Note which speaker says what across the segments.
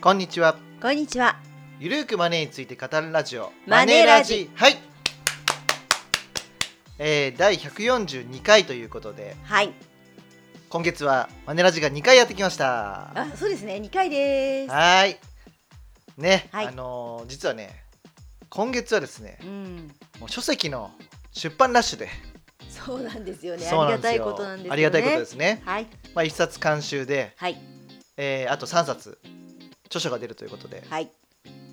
Speaker 1: こんにちは。
Speaker 2: こんにちは。
Speaker 1: ゆるーくマネーについて語るラジオ。
Speaker 2: マネラジ。
Speaker 1: はい。えー、第142回ということで、
Speaker 2: はい。
Speaker 1: 今月はマネラジが2回やってきました。は
Speaker 2: あ、そうですね。二回です。
Speaker 1: ーい。ね、
Speaker 2: はい
Speaker 1: あのー実はね、今月はですね、
Speaker 2: うん。
Speaker 1: もう書籍の出版ラッシュで、
Speaker 2: そうなんですよね。
Speaker 1: そう
Speaker 2: あ
Speaker 1: な
Speaker 2: りが
Speaker 1: んで
Speaker 2: た
Speaker 1: す
Speaker 2: い
Speaker 1: よ
Speaker 2: ことなんですよね。
Speaker 1: ありがたいことですね。
Speaker 2: はい。
Speaker 1: まあ、1冊監修で、
Speaker 2: はい。
Speaker 1: えーあと3冊著書が出るということで、
Speaker 2: はい。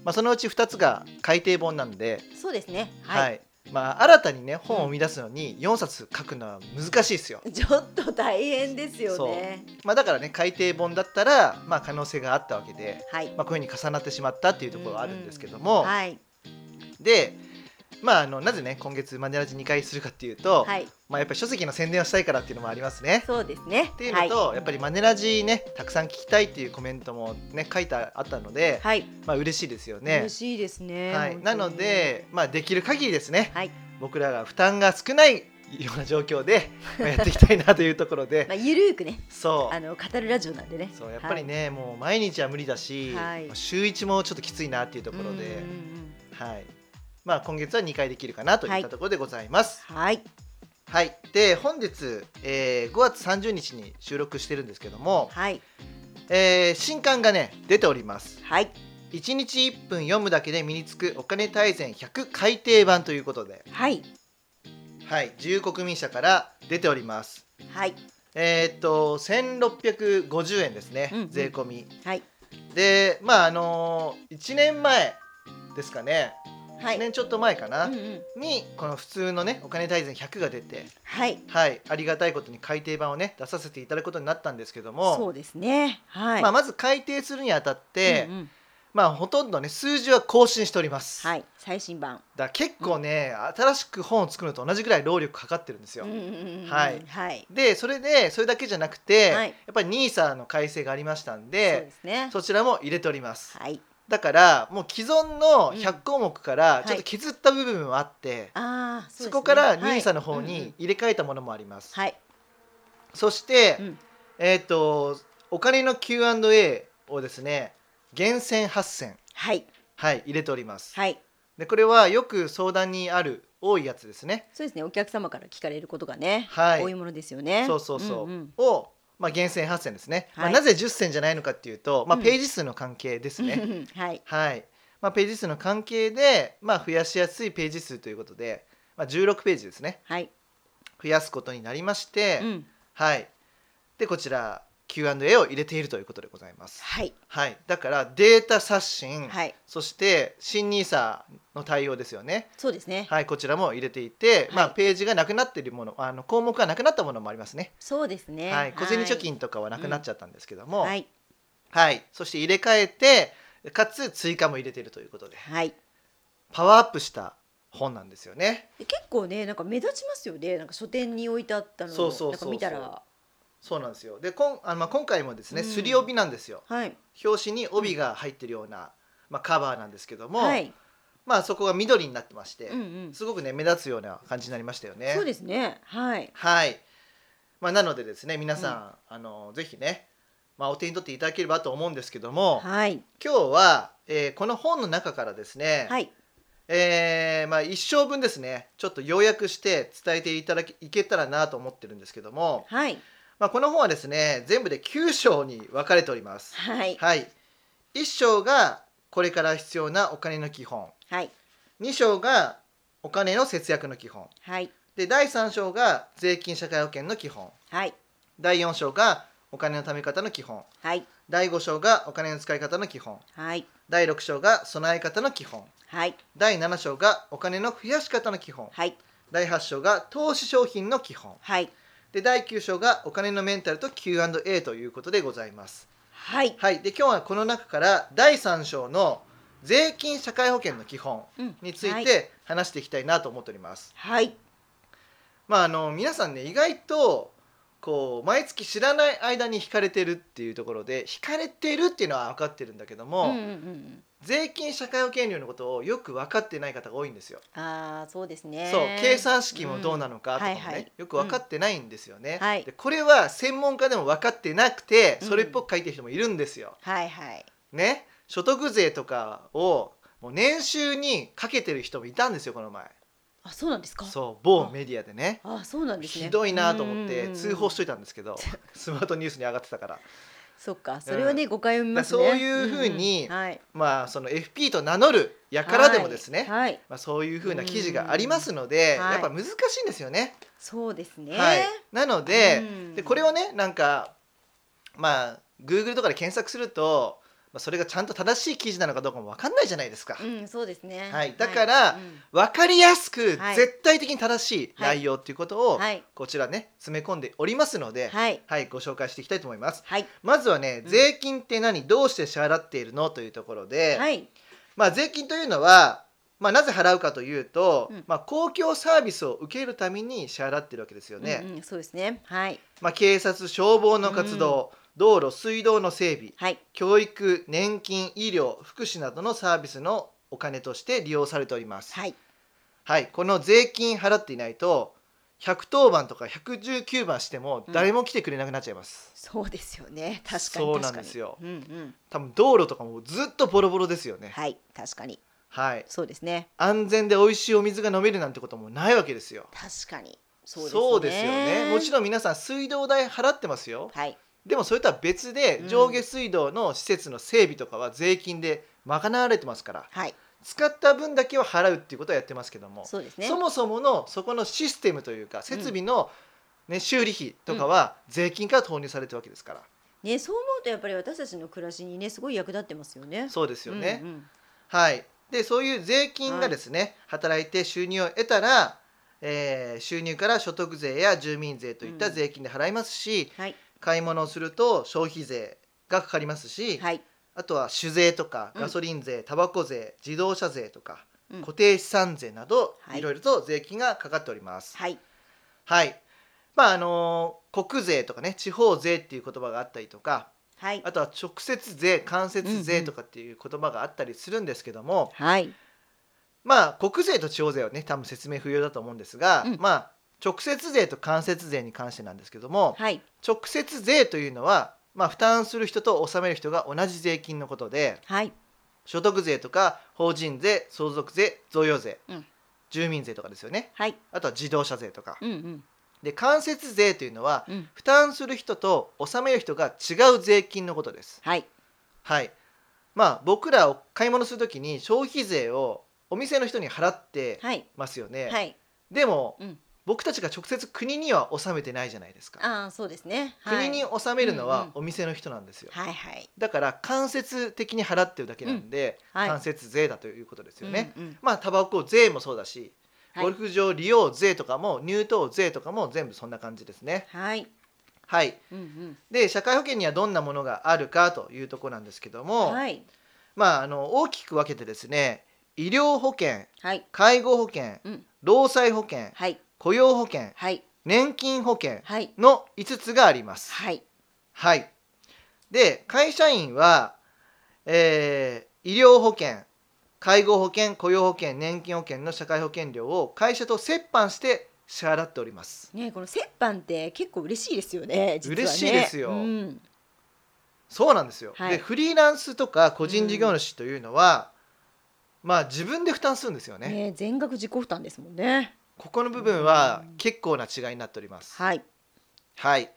Speaker 1: まあ、そのうち2つが改訂本なんで、
Speaker 2: そうですね。
Speaker 1: はい
Speaker 2: はい。
Speaker 1: まあ、新たにね本を生み出すのに4冊書くのは難しいですよ、
Speaker 2: ちょっと大変ですよね。
Speaker 1: まあ、だからね改訂本だったら、まあ、可能性があったわけで、
Speaker 2: はい。
Speaker 1: まあ、こういうふうに重なってしまったっていうところはあるんですけども、
Speaker 2: はい。
Speaker 1: でまあ、あのなぜね今月マネラジ2回するかっていうと、
Speaker 2: はい。
Speaker 1: まあ、やっぱり書籍の宣伝をしたいからっていうのもありますね。
Speaker 2: そうですね。
Speaker 1: っていうのと、やっぱりマネラジねたくさん聞きたいっていうコメントもね書いてあったので、
Speaker 2: はい。はい。
Speaker 1: まあ嬉しいですよね
Speaker 2: 嬉。しいですね。
Speaker 1: はい、
Speaker 2: 本当
Speaker 1: な
Speaker 2: に
Speaker 1: の。で、まあ、できる限りですね、
Speaker 2: はい。
Speaker 1: 僕らが負担が少ないような状況で、 まあやっていきたいなというところで、
Speaker 2: まあゆるーくね、
Speaker 1: そ
Speaker 2: あ
Speaker 1: う
Speaker 2: の語るラジオなんでね。
Speaker 1: そうやっぱりね、もう毎日は無理だし、
Speaker 2: はい
Speaker 1: まあ週1もちょっときついなっていうと
Speaker 2: はい。
Speaker 1: ころで
Speaker 2: うんう、んうん
Speaker 1: はいまあ、今月は2回できるかなといったところでございます。
Speaker 2: はい。
Speaker 1: はいで本日、えー5月30日に収録してるんですけども、
Speaker 2: はい。
Speaker 1: えー新刊がね出ております。
Speaker 2: はい。
Speaker 1: 1日1分読むだけで身につくお金大全100改訂版ということで。
Speaker 2: はい。
Speaker 1: はい、自由国民社から出ております。
Speaker 2: はい。
Speaker 1: えーっと1650円ですね、
Speaker 2: うんうん
Speaker 1: 税込み
Speaker 2: はい。
Speaker 1: でまああのー、1年前ですかね、
Speaker 2: は
Speaker 1: 1
Speaker 2: い。
Speaker 1: 年ちょっと前かな、
Speaker 2: うんうん
Speaker 1: にこの普通のねお金大全100が出て
Speaker 2: はい。
Speaker 1: はいありがたいことに改訂版をね出させていただくことになったんですけども、
Speaker 2: そうですね。はい。
Speaker 1: まあ、まず改訂するにあたって、
Speaker 2: うんうん
Speaker 1: まあほとんどね数字は更新しております、
Speaker 2: はい、最新版。
Speaker 1: だから結構ね新しく本を作るのと同じぐらい労力かかってるんですよ、
Speaker 2: うんうんうんうん
Speaker 1: はい
Speaker 2: はい。
Speaker 1: でそれでそれだけじゃなくて、
Speaker 2: はい
Speaker 1: やっぱり NISA の改正がありましたん
Speaker 2: そうで
Speaker 1: です
Speaker 2: ね
Speaker 1: そ。ちらも入れております、
Speaker 2: はい。
Speaker 1: だからもう既存の
Speaker 2: うん
Speaker 1: 100項目から
Speaker 2: はい
Speaker 1: ちょっと削った部分もあって、
Speaker 2: ああ、うです
Speaker 1: そ
Speaker 2: ね
Speaker 1: こから
Speaker 2: はい
Speaker 1: NISA の方
Speaker 2: うんうん
Speaker 1: に入れ替えたものもあります、
Speaker 2: はい。
Speaker 1: そして、
Speaker 2: うん
Speaker 1: えっ、とお金の Q&A をですね厳選8選
Speaker 2: はい。
Speaker 1: はい入れております、
Speaker 2: はい。
Speaker 1: でこれはよく相談にある多いやつですね
Speaker 2: そうですね。お客様から聞かれることがね、
Speaker 1: はい
Speaker 2: 多いものですよね。
Speaker 1: そうそうそう、
Speaker 2: んん
Speaker 1: を、まあ、厳選8選ですね、まあ
Speaker 2: はい
Speaker 1: なぜ10選じゃないのかっていうと、まあ、
Speaker 2: うん
Speaker 1: ページ数の関係です ね、
Speaker 2: はい。
Speaker 1: はい、まあ、ページ数の関係で、まあ、増やしやすいページ数ということで、まあ、16ページですね
Speaker 2: はい。
Speaker 1: 増やすことになりまして、
Speaker 2: うん。
Speaker 1: はいでこちら Q&A を入れているということでございます、
Speaker 2: はい。
Speaker 1: はい、だからデータ刷新、
Speaker 2: はい。
Speaker 1: そして新 NISA の対応ですよね
Speaker 2: そうですね。
Speaker 1: はいこちらも入れていて、まあ、
Speaker 2: はい
Speaker 1: ページがなくなっているものあの項目がなくなったものもありますね、
Speaker 2: そうですね。
Speaker 1: はい、小銭貯金とかはなくなっちゃったんですけども、
Speaker 2: はい。はい。
Speaker 1: はい、そして入れ替えてかつ追加も入れているということで
Speaker 2: はい。
Speaker 1: パワーアップした本なんですよね。
Speaker 2: 結構ね、なんか目立ちますよね。なんか書店に置いてあったのを
Speaker 1: そうそうそうそう
Speaker 2: なんか見たら、
Speaker 1: そうなんですよでこんあの、まあ、今回もですね
Speaker 2: うん
Speaker 1: すり帯なんですよ、
Speaker 2: はい。
Speaker 1: 表紙に帯が入ってるような、まあ、カバーなんですけども、
Speaker 2: はい。
Speaker 1: まあ、そこが緑になってまして、
Speaker 2: うんうん。
Speaker 1: すごくね目立つような感じになりましたよね。
Speaker 2: そうですね。はい。
Speaker 1: はいまあ、なのでですね皆さん、あのぜひね、まあ、お手に取っていただければと思うんですけども、
Speaker 2: はい。
Speaker 1: 今日は、えーこの本の中からですね、
Speaker 2: はい。
Speaker 1: えーまあ、一生分ですねちょっと要約して伝えていただけいけたらなと思ってるんですけども、
Speaker 2: はい。
Speaker 1: まあ、この本はですね全部で9章に分かれております。
Speaker 2: はい。
Speaker 1: はい、1章がこれから必要なお金の基本
Speaker 2: はい。
Speaker 1: 2章がお金の節約の基本
Speaker 2: はい。
Speaker 1: で第3章が税金社会保険の基本
Speaker 2: はい。
Speaker 1: 第4章がお金のため方の基本
Speaker 2: はい。
Speaker 1: 第5章がお金の使い方の基本
Speaker 2: はい。
Speaker 1: 第6章が備え方の基本
Speaker 2: はい。
Speaker 1: 第7章がお金の増やし方の基本
Speaker 2: はい。
Speaker 1: 第8章が投資商品の基本
Speaker 2: はい。
Speaker 1: で第9章がお金のメンタルと Q&A ということでございます
Speaker 2: はい。
Speaker 1: はいで今日はこの中から第3章の税金社会保険の基本
Speaker 2: うん
Speaker 1: につい
Speaker 2: はい。
Speaker 1: て話していきたいなと思っております、
Speaker 2: はい。
Speaker 1: まああの皆さんね意外とこう毎月知らない間に引かれてるっていうところで引かれてるっていうのは分かってるんだけど
Speaker 2: うん
Speaker 1: も、
Speaker 2: うんうん
Speaker 1: 税金社会保険料のことをよく分かってない方が多いんですよ、
Speaker 2: うん。ああ、そうですね。
Speaker 1: そう計算式もどうなのかとかもね、
Speaker 2: うんはいはい
Speaker 1: よく分かってないんですよね、
Speaker 2: うんはい
Speaker 1: でこれは専門家でも分かってなくて
Speaker 2: うん
Speaker 1: それっぽく書いてる人もいるんですよ、
Speaker 2: はいはい。
Speaker 1: ね所得税とかをもう年収にかけてる人もいたんですよこの前
Speaker 2: あそうなんですか
Speaker 1: そう某メディアでね
Speaker 2: あそうなんですね
Speaker 1: ひどいなと思って通報しと
Speaker 2: と
Speaker 1: いたんですけど スマートニュースに上がってたから
Speaker 2: そっかそれはね、誤解を生みますね
Speaker 1: だからそういうふうに
Speaker 2: んんはい
Speaker 1: まあその FP と名乗るやからでもですね、
Speaker 2: はいはい
Speaker 1: まあ、そういうふうな記事がありますので、
Speaker 2: うんはい
Speaker 1: やっぱ難しいんですよね。
Speaker 2: そうですね、
Speaker 1: はいなので,、
Speaker 2: うん
Speaker 1: でこれをねなんかまあ Google とかで検索すると、まあ、それがちゃんと正しい記事なのかどうかも分かんないじゃないですか。
Speaker 2: うんそうですね
Speaker 1: はいだから
Speaker 2: うん
Speaker 1: 分かりやすく
Speaker 2: はい
Speaker 1: 絶対的に正しい内容ということを
Speaker 2: はい
Speaker 1: こちらね詰め込んでおりますので、
Speaker 2: はい
Speaker 1: はい、ご紹介していきたいと思います。
Speaker 2: はい
Speaker 1: まずはね
Speaker 2: うん
Speaker 1: 税金って何どうして支払っているのというところで、
Speaker 2: はい
Speaker 1: まあ、税金というのは、まあ、なぜ払うかというと、
Speaker 2: うん
Speaker 1: まあ、公共サービスを受けるために支払ってるわけですよね。
Speaker 2: うんうんそうですねはい
Speaker 1: まあ、警察消防の活動、道路水道の整備
Speaker 2: はい
Speaker 1: 教育年金医療福祉などのサービスのお金として利用されております。はい、
Speaker 2: はい
Speaker 1: この税金払っていないと110番とか119番しても誰も来てくれなくなっちゃいます。
Speaker 2: そうですよね確かに
Speaker 1: そうなんですよ
Speaker 2: 確かにうん
Speaker 1: 多分道路とかもずっとボロボロですよ
Speaker 2: うん
Speaker 1: ね。
Speaker 2: はい確かに
Speaker 1: はい、
Speaker 2: そうですね
Speaker 1: 安全で美味しいお水が飲めるなんてこともないわけですよ。
Speaker 2: 確かにそうですね
Speaker 1: そうですよねもち
Speaker 2: ん
Speaker 1: ろん皆さん水道代払ってますよ
Speaker 2: はい
Speaker 1: でもそれとは別で
Speaker 2: うん
Speaker 1: 上下水道の施設の整備とかは税金で賄われてますから
Speaker 2: はい
Speaker 1: 使った分だけは払うっていうことはやってますけどもそ,、
Speaker 2: そうですね
Speaker 1: もそものそこのシステムというか設備の、ね修理費とかは税金から投入されてるわけですから、
Speaker 2: ねそう思うとやっぱり私たちの暮らしにねすごい役立ってますよね
Speaker 1: そうですよね、
Speaker 2: うんうん
Speaker 1: はいでそういう税金がですね、働いて収入を得たら、えー収入から所得税や住民税といった税金で払いますし、
Speaker 2: はい
Speaker 1: 買い物をすると消費税がかかりますし、
Speaker 2: はい
Speaker 1: あとは酒税とか
Speaker 2: うん
Speaker 1: ガソリン税、タバコ税自動車税とか、
Speaker 2: うん
Speaker 1: 固定資産税など、
Speaker 2: はい
Speaker 1: い、ろいろと税金がかかっております。
Speaker 2: はい
Speaker 1: はい、まああのー国税とかね地方税っていう言葉があったりとか
Speaker 2: はい
Speaker 1: あとは直接税間接税とかっていう言葉があったりするんですけども、
Speaker 2: はい
Speaker 1: まあ国税と地方税はね多分説明不要だと思うんですが、
Speaker 2: うん
Speaker 1: まあ直接税と間接税に関してなんですけども、
Speaker 2: はい
Speaker 1: 直接税というのは、まあ、負担する人と納める人が同じ税金のことで
Speaker 2: はい
Speaker 1: 所得税とか法人税相続税贈与税、
Speaker 2: うん
Speaker 1: 住民税とかですよね
Speaker 2: はい
Speaker 1: あとは自動車税とか、
Speaker 2: うんうん
Speaker 1: で間接税というのは
Speaker 2: うん
Speaker 1: 負担する人と納める人が違う税金のことです
Speaker 2: はい
Speaker 1: はいまあ僕らを買い物するときに消費税をお店の人に払って
Speaker 2: はい
Speaker 1: ますよね、
Speaker 2: はい
Speaker 1: でも、
Speaker 2: うん
Speaker 1: 僕たちが直接国には納めてないじゃないですか
Speaker 2: ああそうですねはい
Speaker 1: 国に納めるの
Speaker 2: うんう
Speaker 1: は
Speaker 2: ん
Speaker 1: お店の人なんですよ、
Speaker 2: はいはい
Speaker 1: だから間接的に払ってるだけなんで、
Speaker 2: はい
Speaker 1: 間接税だということですよね、
Speaker 2: うんうん
Speaker 1: まあタバコ税もそうだし、
Speaker 2: はい
Speaker 1: ゴルフ場利用税とかも入湯税とかも全部そんな感じですね
Speaker 2: はい
Speaker 1: はい
Speaker 2: うん
Speaker 1: で社会保険にはどんなものがあるかというところなんですけど
Speaker 2: うん
Speaker 1: も、
Speaker 2: はい
Speaker 1: まああの大きく分けてですね医療保険
Speaker 2: はい
Speaker 1: 介護保険
Speaker 2: うん
Speaker 1: 労災保険
Speaker 2: はい
Speaker 1: 雇用保険
Speaker 2: はい
Speaker 1: 年金保険
Speaker 2: はい
Speaker 1: の5つがあります
Speaker 2: はい
Speaker 1: はい。で、会社員は、えー医療保険、介護保険、雇用保険、年金保険の社会保険料を会社と折半して支払っております。
Speaker 2: ねこの折半って結構嬉しいですよね実はね
Speaker 1: 嬉しいですよ
Speaker 2: うん
Speaker 1: そうなんですよ。
Speaker 2: はい
Speaker 1: で、フリーランスとか個人事業主というのは、まあ自分で負担するんですよね。
Speaker 2: ね全額自己負担ですもんね
Speaker 1: ここの部分は結構な違いになっております。
Speaker 2: はい
Speaker 1: はい。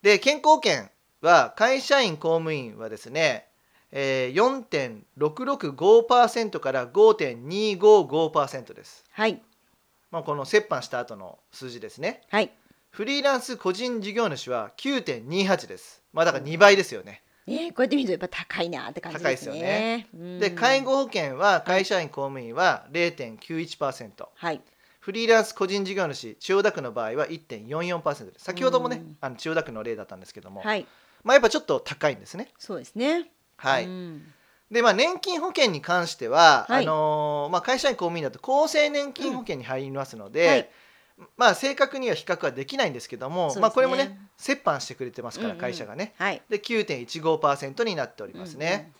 Speaker 1: で、健康保険は会社員公務員はですね、えー、4.665%から5.255%です。
Speaker 2: はい
Speaker 1: まあ、この折半した後の数字ですね。
Speaker 2: はい
Speaker 1: フリーランス個人事業主は9.28です。まあだから2倍ですよね。
Speaker 2: ねこうやって見るとやっぱ高いなって感じですね
Speaker 1: 高いで
Speaker 2: うん
Speaker 1: で、介護保険は会社員公務員は0.91%。
Speaker 2: はい
Speaker 1: フリーランス個人事業主千代田区の場合は1.44%です。先ほどもね
Speaker 2: うん、
Speaker 1: あの千代田区の例だったんですけども、
Speaker 2: はい
Speaker 1: まあやっぱちょっと高いんですね。
Speaker 2: そうですね
Speaker 1: はい。
Speaker 2: うん
Speaker 1: でまあ、年金保険に関しては、
Speaker 2: はい
Speaker 1: あのーまあ、会社員公務員だと厚生年金保険に入りますの
Speaker 2: うんは
Speaker 1: で
Speaker 2: い、
Speaker 1: まあ、正確には比較はできないんですけども、
Speaker 2: そうですね
Speaker 1: まあ、これもね折半してくれてますか
Speaker 2: うん
Speaker 1: ら
Speaker 2: うん
Speaker 1: 会社がね、
Speaker 2: はい
Speaker 1: で9.15%になっておりますね、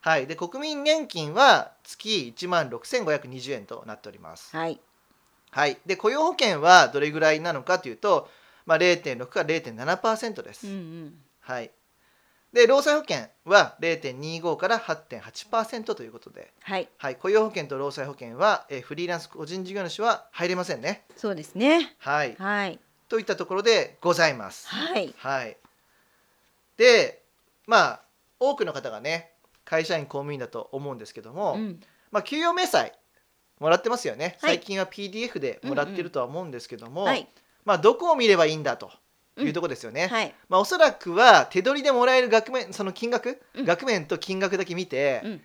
Speaker 1: はい、で国民年金は月1万6520円となっております、
Speaker 2: うんうんはい
Speaker 1: はい、で雇用保険はどれぐらいなのかというと、まあ、0.6から0.7%です、
Speaker 2: うんうん
Speaker 1: はい、で労災保険は0.25から8.8%ということで、
Speaker 2: はい、
Speaker 1: はい、雇用保険と労災保険は、えーフリーランス個人事業主は入れませんね。
Speaker 2: そうですね。
Speaker 1: はい、
Speaker 2: はい、
Speaker 1: といったところでございます。
Speaker 2: はい、
Speaker 1: はい、でまあ多くの方がね会社員公務員だと思うんですけども、
Speaker 2: うん、
Speaker 1: まあ、給与明細もらってますよね、
Speaker 2: はい
Speaker 1: 最近は PDF でもらってるとは思うんですけども、
Speaker 2: はい、
Speaker 1: まあ、どこを見ればいいんだと
Speaker 2: うん
Speaker 1: いうところですよね。
Speaker 2: はい、
Speaker 1: まあ、おそらくは手取りでもらえる額面その金額、
Speaker 2: うん
Speaker 1: 額面と金額だけ見て、
Speaker 2: うん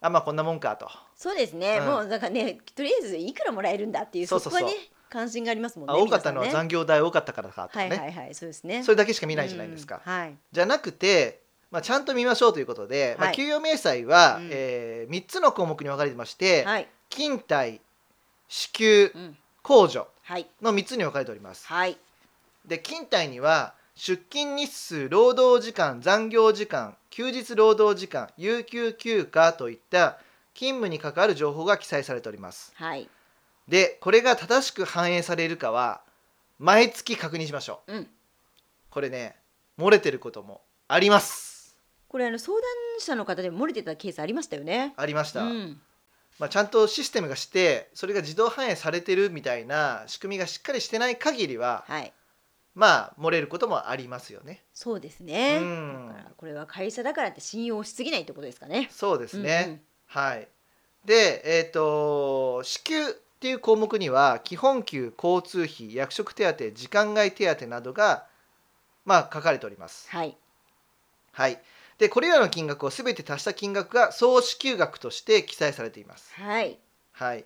Speaker 1: あまあこんなもんかと
Speaker 2: そうですね。
Speaker 1: うん
Speaker 2: もうなんかね、とりあえずいくらもらえるんだっていう
Speaker 1: そう
Speaker 2: そ
Speaker 1: そう
Speaker 2: こ
Speaker 1: そう
Speaker 2: はね、関心がありますもんね。
Speaker 1: あ多かったのは
Speaker 2: 皆さん
Speaker 1: 残
Speaker 2: ね
Speaker 1: 業代多かったからかとかね、
Speaker 2: はいはいはい、そうですね。
Speaker 1: それだけしか見ないじゃないですか。
Speaker 2: うんはい、
Speaker 1: じゃなくて、まあ、ちゃんと見ましょうということで、まあ、
Speaker 2: はい
Speaker 1: 給与明細は、
Speaker 2: うん
Speaker 1: え3つの項目に分かれてまして、
Speaker 2: はい、
Speaker 1: 勤怠支給
Speaker 2: うん、
Speaker 1: 控除
Speaker 2: はい、
Speaker 1: の3つに分かれております。
Speaker 2: はい、
Speaker 1: で勤怠には出勤日数労働時間残業時間休日労働時間有給休暇といった勤務に関わる情報が記載されております
Speaker 2: はい、
Speaker 1: でこれが正しく反映されるかは毎月確認しましょう
Speaker 2: うん。
Speaker 1: これね漏れてることもあります
Speaker 2: これあの相談者の方でも漏れてたケースありましたよね。
Speaker 1: ありました、
Speaker 2: うん、
Speaker 1: まあ、ちゃんとシステムがしてそれが自動反映されてるみたいな仕組みがしっかりしてない限りは
Speaker 2: はい、
Speaker 1: まあ漏れることもありますよね
Speaker 2: そうですね。
Speaker 1: うん
Speaker 2: だからこれは会社だからって信用しすぎないってことですかね。
Speaker 1: そうですね、
Speaker 2: うんうん
Speaker 1: はい、で、えっと支給っていう項目には基本給交通費役職手当時間外手当などが、まあ、書かれております、
Speaker 2: はい、
Speaker 1: はい、でこれらの金額を全て足した金額が総支給額として記載されています、
Speaker 2: はい、
Speaker 1: はい、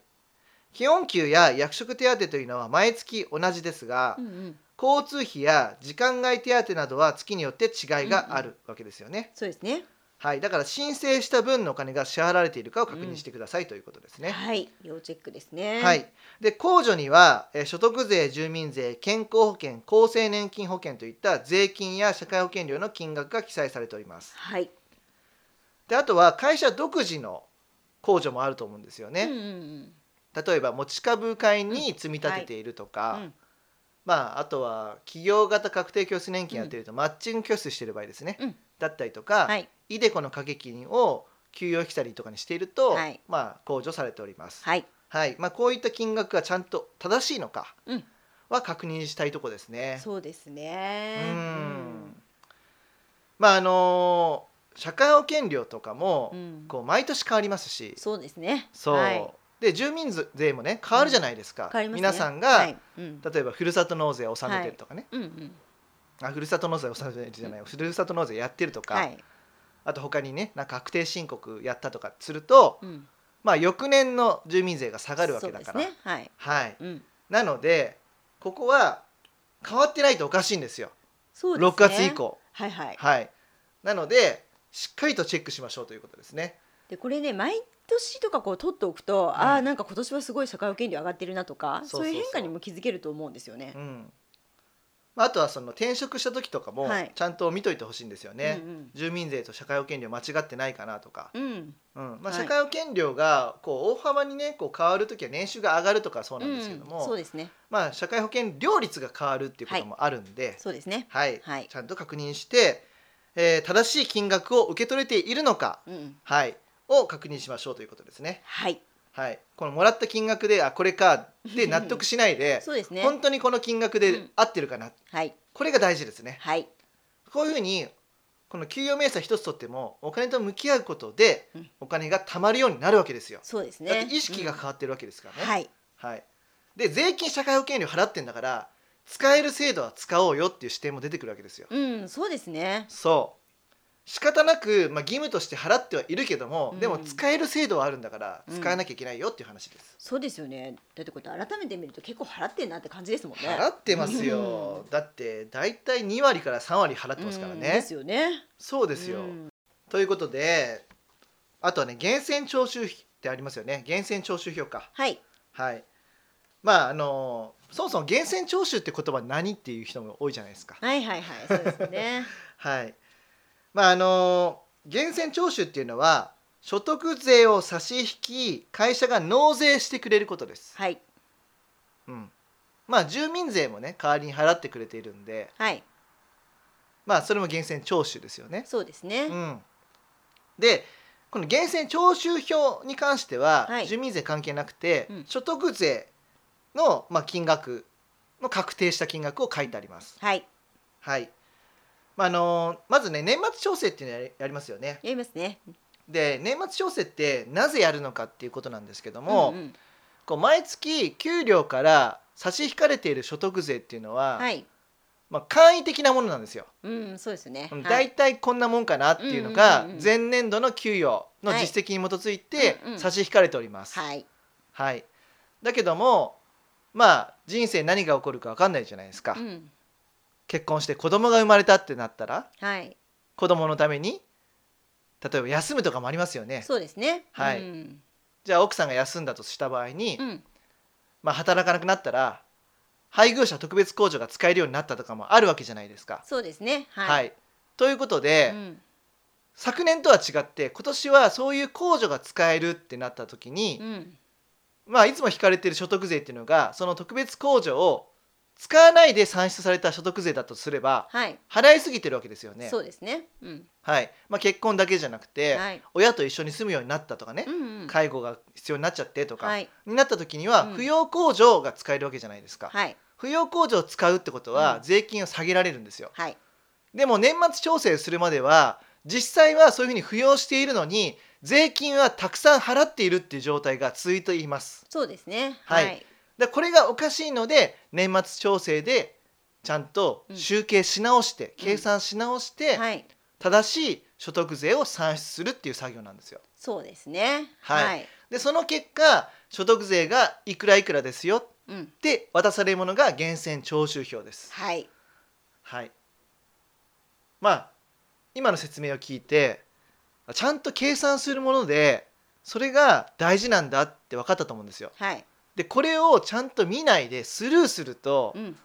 Speaker 1: 基本給や役職手当というのは毎月同じですが
Speaker 2: うんうん、
Speaker 1: 交通費や時間外手当などは月によって違いがあるわけですよね、
Speaker 2: そうですね。
Speaker 1: はい、だから申請した分のお金が支払われているかを確認してくださいということですね、
Speaker 2: はい、要チェックですね。
Speaker 1: はい、で控除には、えー所得税住民税健康保険厚生年金保険といった税金や社会保険料の金額が記載されております
Speaker 2: はい、
Speaker 1: であとは会社独自の控除もあると思うんですよね、
Speaker 2: うんうん
Speaker 1: 例えば持ち株会に積み立てているとか、
Speaker 2: うんうん
Speaker 1: まあ、あとは企業型確定拠出年金やってるとマッチング拠出してる場合ですね、
Speaker 2: うん
Speaker 1: だったりとか、
Speaker 2: はい、
Speaker 1: イデコの掛け金を給与引きたりとかにしていると、
Speaker 2: はい
Speaker 1: まあ、控除されております、
Speaker 2: はい、
Speaker 1: はいまあ、こういった金額がちゃんと正しいのか
Speaker 2: うん
Speaker 1: は確認したいとこですね。
Speaker 2: そうです
Speaker 1: う
Speaker 2: ね。
Speaker 1: んまああのー社会保険料とかも
Speaker 2: うん
Speaker 1: こう毎年変わりますし、
Speaker 2: そうですね。
Speaker 1: そう、
Speaker 2: はい、
Speaker 1: で住民税もね変わるじゃないですか、
Speaker 2: 変わります
Speaker 1: 皆
Speaker 2: ね。
Speaker 1: さんが、
Speaker 2: はい、うん、
Speaker 1: 例えばふるさと納税を納めてるとかね、
Speaker 2: うんうん、
Speaker 1: あふるさと納税を納めてるじゃない、ふるさと納税やってるとか、
Speaker 2: はい、
Speaker 1: あと他にねなんか確定申告やったとかすると、
Speaker 2: うん、
Speaker 1: まあ、翌年の住民税が下
Speaker 2: 上
Speaker 1: がるわけだから、
Speaker 2: ね、はい、
Speaker 1: はい、
Speaker 2: うん、
Speaker 1: なのでここは変わってないとおかしいんですよ
Speaker 2: そうですね。
Speaker 1: 6月以。降
Speaker 2: はいはい。
Speaker 1: はいなのでしっかりとチェックしましょうということですね
Speaker 2: でこれね毎年とかこう取っておくと、ああなんか今年はすごい社会保険料上がってるなとか
Speaker 1: そ
Speaker 2: そう
Speaker 1: そうそう
Speaker 2: ういう変化にも気づけると思うんですよね
Speaker 1: う。んまああとはその転職した時とかも
Speaker 2: はい
Speaker 1: ちゃんと見といてほしいんですよね、
Speaker 2: うん
Speaker 1: 住民税と社会保険料間違ってないかなとか、
Speaker 2: うん、うん、
Speaker 1: うんまあ、
Speaker 2: はい
Speaker 1: 社会保険料がこう大幅にねこう変わる時は年収が上がるとかそうなんですけども、
Speaker 2: うんそうですね。
Speaker 1: まあ、社会保険料率が変わるっていうこともあるんで、
Speaker 2: そうですね。
Speaker 1: はい
Speaker 2: はい
Speaker 1: ちゃんと確認して、えー正しい金額を受け取れているのか、
Speaker 2: うん、
Speaker 1: はい、を確認しましょうということですね。
Speaker 2: はい、
Speaker 1: はい、このもらった金額であこれかで納得しないで、
Speaker 2: そうですね。
Speaker 1: 本当にこの金額
Speaker 2: う
Speaker 1: で
Speaker 2: ん
Speaker 1: 合ってるかな、
Speaker 2: はい
Speaker 1: これが大事ですね。
Speaker 2: はい、
Speaker 1: こういうふうにこの給与明細一つとってもお金と向き合うことで
Speaker 2: うん
Speaker 1: お金が貯まるようになるわけですよ。
Speaker 2: そうです
Speaker 1: だ
Speaker 2: ね
Speaker 1: っ。て意識が変わってるわけですからね。
Speaker 2: うんはい、
Speaker 1: はい、で税金社会保険料払ってんだから使える制度は使おうよっていう視点も出てくるわけですよ。
Speaker 2: うん、そうですね。
Speaker 1: そう仕方なく、まあ、義務として払ってはいるけども、
Speaker 2: うん
Speaker 1: でも使える制度はあるんだから
Speaker 2: うん
Speaker 1: 使わなきゃいけないよっていう話です、
Speaker 2: そうですよね。だってこと改めて見ると結構払ってんなって感じですもんね。
Speaker 1: 払ってますよ、だって大体2割から3割払ってますから
Speaker 2: うん
Speaker 1: ね、
Speaker 2: ですよね。
Speaker 1: そうですよ、
Speaker 2: うん
Speaker 1: ということであとはね源泉徴収費ってありますよね源泉徴収票か
Speaker 2: はい、
Speaker 1: はいまああのそもそも源泉徴収って言葉何っていう人も多いじゃないですか
Speaker 2: はいはいはい、そうで すね。
Speaker 1: はい。まああの源泉徴収っていうのは所得税を差し引き会社が納税してくれることです。
Speaker 2: はい
Speaker 1: うん。まあ住民税もね代わりに払ってくれているんで、
Speaker 2: はい、
Speaker 1: まあそれも源泉徴収ですよね。
Speaker 2: そうですね、
Speaker 1: うん、でこの源泉徴収票に関しては、
Speaker 2: はい
Speaker 1: 住民税関係なくて、
Speaker 2: うん
Speaker 1: 所得税の、まあ、金額の確定した金額を書いてあります。
Speaker 2: はい
Speaker 1: はいまああのーまずね年末調整っていうのをやりやりますよね。
Speaker 2: やりますね
Speaker 1: で年末調整ってなぜやるのかっていうことなんですけども、
Speaker 2: うんうん
Speaker 1: こう毎月給料から差し引かれている所得税っていうのは、
Speaker 2: はい
Speaker 1: まあ、簡易的なものなんですよ。
Speaker 2: うんそうですね、
Speaker 1: うん
Speaker 2: はい
Speaker 1: 大体こんなもんかなっていうのが
Speaker 2: うんうんうんうん
Speaker 1: 前年度の給与の実績に基づいて
Speaker 2: うんうん
Speaker 1: 差し引かれております。はい
Speaker 2: はい
Speaker 1: だけどもまあ人生何が起こるか分かんないじゃないですか、
Speaker 2: うん
Speaker 1: 結婚して子供が生まれたってなったら
Speaker 2: はい
Speaker 1: 子供のために例えば休むとかもありますよね
Speaker 2: そうですね
Speaker 1: はい
Speaker 2: うん
Speaker 1: じゃあ奥さんが休んだとした場合に、
Speaker 2: うん
Speaker 1: まあ、働かなくなったら配偶者特別控除が使えるようになったとかもあるわけじゃないですか。
Speaker 2: そうですね
Speaker 1: はい、
Speaker 2: はい、
Speaker 1: ということで、
Speaker 2: うん
Speaker 1: 昨年とは違って今年はそういう控除が使えるってなった時に
Speaker 2: う、ん
Speaker 1: まあ、いつも引かれている所得税っていうのがその特別控除を使わないで算出された所得税だとすれば
Speaker 2: はい
Speaker 1: 払いすぎてるわけですよね。
Speaker 2: そうですねうん
Speaker 1: はいまあ、結婚だけじゃなくて、
Speaker 2: はい
Speaker 1: 親と一緒に住むようになったとかね
Speaker 2: う、んうん
Speaker 1: 介護が必要になっちゃってとか、
Speaker 2: はい
Speaker 1: になった時には
Speaker 2: うん
Speaker 1: 扶養控除が使えるわけじゃないですか。
Speaker 2: はい
Speaker 1: 扶養控除を使うってことは
Speaker 2: うん
Speaker 1: 税金を下げられるんですよ。
Speaker 2: はい
Speaker 1: でも年末調整するまでは実際はそういうふうに扶養しているのに税金はたくさん払っているっていう状態が続いています
Speaker 2: そうですね
Speaker 1: はい
Speaker 2: はい
Speaker 1: でこれがおかしいので年末調整でちゃんと集計し直して、
Speaker 2: うん
Speaker 1: 計算し直して、
Speaker 2: はい
Speaker 1: 正しい所得税を算出するっていう作業なんですよ
Speaker 2: そうですね
Speaker 1: はい
Speaker 2: はい
Speaker 1: でその結果所得税がいくらいくらですよっ
Speaker 2: うん
Speaker 1: て渡されるものが源泉徴収票です
Speaker 2: はい
Speaker 1: はいまあ今の説明を聞いてちゃんと計算するものでそれが大事なんだって分かったと思うんですよ
Speaker 2: はい
Speaker 1: でこれをちゃんと見ないでスルーすると
Speaker 2: うん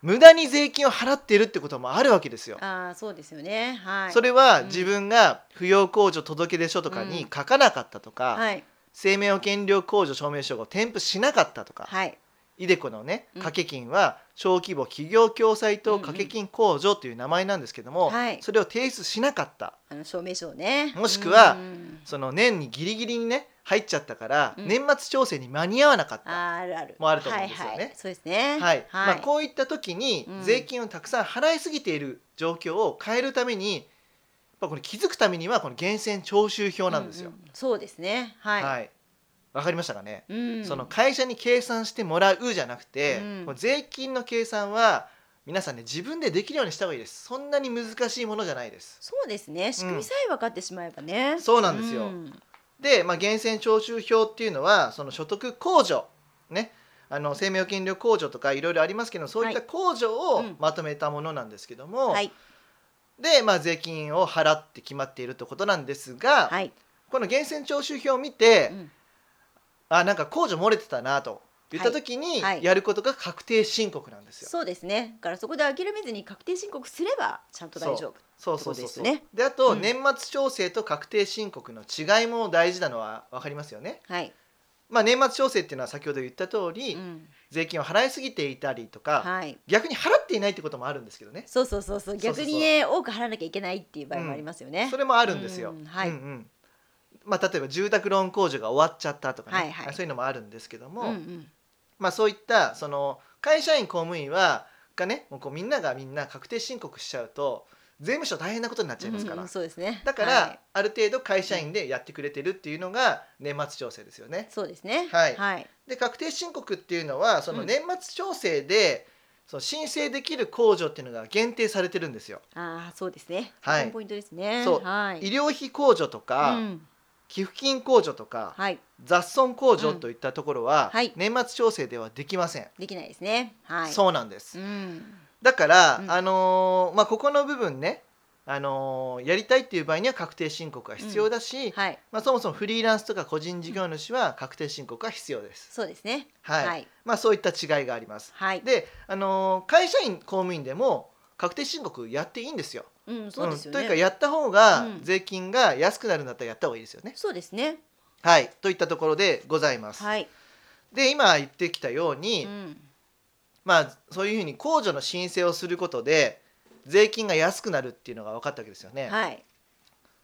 Speaker 1: 無駄に税金を払ってるってこともあるわけですよ、
Speaker 2: ああそうですよねはい
Speaker 1: それは
Speaker 2: うん
Speaker 1: 自分が扶養控除届出書とかに書かなかったとか、
Speaker 2: はい
Speaker 1: 生命保険料控除証明書を添付しなかったとか、
Speaker 2: はい
Speaker 1: イデコのね
Speaker 2: うん
Speaker 1: 掛け金は小規模企業共済等掛け金控除という名前なんですけども、
Speaker 2: はい
Speaker 1: それを提出しなかった
Speaker 2: あの証明書をね
Speaker 1: もしくは
Speaker 2: うん
Speaker 1: その年にギリギリにね入っちゃったから、
Speaker 2: うん
Speaker 1: 年末調整に間に合わなかった。
Speaker 2: あーあるある
Speaker 1: もあると思うんですよね
Speaker 2: はいはい、そうですね
Speaker 1: はいまあ、
Speaker 2: はい
Speaker 1: こういった時に
Speaker 2: うん
Speaker 1: 税金をたくさん払いすぎている状況を変えるためにやっぱこれ気づくためにはこの源泉徴収票なんですよ
Speaker 2: う。うそうですねはい、
Speaker 1: はい、わかりましたかね、
Speaker 2: うん
Speaker 1: その会社に計算してもらうじゃなくて、
Speaker 2: うん
Speaker 1: こう税金の計算は皆さんね自分でできるようにした方がいいですそんなに難しいものじゃないです
Speaker 2: そうですね仕組みさえ分かってしまえばね、
Speaker 1: そうなんですよ
Speaker 2: ん
Speaker 1: で、まあ、源泉徴収票っていうのはその所得控除ねあの生命保険料控除とかいろいろありますけどそういった控除
Speaker 2: は
Speaker 1: を
Speaker 2: いうん
Speaker 1: まとめたものなんですけども、
Speaker 2: はい
Speaker 1: で、まあ、税金を払って決まっているということなんですが、
Speaker 2: はい、
Speaker 1: この源泉徴収票を見て、
Speaker 2: うん
Speaker 1: あなんか控除漏れてたなと言った時に
Speaker 2: はいはい
Speaker 1: やることが確定申告なんですよ。
Speaker 2: そうですねだからそこで諦めずに確定申告すればちゃんと大丈夫
Speaker 1: そうそうそう
Speaker 2: そ
Speaker 1: そうう。
Speaker 2: ですね
Speaker 1: であと、
Speaker 2: うん
Speaker 1: 年末調整と確定申告の違いも大事なのは分かりますよね。
Speaker 2: はい、
Speaker 1: まあ、年末調整っていうのは先ほど言った通り、
Speaker 2: うん、
Speaker 1: 税金を払いすぎていたりとか、
Speaker 2: はい
Speaker 1: 逆に払っていないってこともあるんですけどね。
Speaker 2: そうそうそうそう
Speaker 1: そうそう
Speaker 2: 逆にね多く払わなきゃいけないっていう場合もありますよね、
Speaker 1: それもあるんですよ。
Speaker 2: うんはい
Speaker 1: うんうんまあ、例えば住宅ローン控除が終わっちゃったとかね、
Speaker 2: はいはい
Speaker 1: そういうのもあるんですけども、
Speaker 2: うんうん
Speaker 1: まあ、そういったその会社員公務員はがねもうこうみんながみんな確定申告しちゃうと税務署大変なことになっちゃいますから、
Speaker 2: うんうんそうですね
Speaker 1: だから、
Speaker 2: はい
Speaker 1: ある程度会社員でやってくれてるっていうのが年末調整ですよね。
Speaker 2: そうですね
Speaker 1: はい
Speaker 2: はい
Speaker 1: で確定申告っていうのはその
Speaker 2: うん
Speaker 1: 年末調整で、その申請できる控除っていうのが限定されてるんですよ。
Speaker 2: ああそうですね。
Speaker 1: はい
Speaker 2: ここもポイントですね。
Speaker 1: そう
Speaker 2: はい。
Speaker 1: 医療費控除とか、
Speaker 2: うん
Speaker 1: 寄付金控除とか、
Speaker 2: はい。
Speaker 1: 雑損控除といったところは、
Speaker 2: うんはい
Speaker 1: 年末調整ではできません。
Speaker 2: できないですね。はい。
Speaker 1: そうなんです。
Speaker 2: うん。
Speaker 1: だから、
Speaker 2: うん
Speaker 1: あのーまあ、ここの部分ね、あのーやりたいっていう場合には確定申告が必要だし、
Speaker 2: はい。
Speaker 1: まあ、そもそもフリーランスとか個人事業主は確定申告が必要です。
Speaker 2: そうですね。
Speaker 1: はい
Speaker 2: はい。
Speaker 1: まあ、そういった違いがあります。
Speaker 2: はい。
Speaker 1: で、あのー会社員公務員でも確定申告やっていいんですよ。
Speaker 2: うん、そうですよね。
Speaker 1: んというかやった方が
Speaker 2: うん
Speaker 1: 税金が安くなるんだったらやった方がいいですよね。
Speaker 2: そうですね。
Speaker 1: はい、といったところでございます。
Speaker 2: はい。
Speaker 1: で今言ってきたように、
Speaker 2: うん。
Speaker 1: まあ、そういうふうに控除の申請をすることで税金が安くなるっていうのが分かったわけですよね。
Speaker 2: はい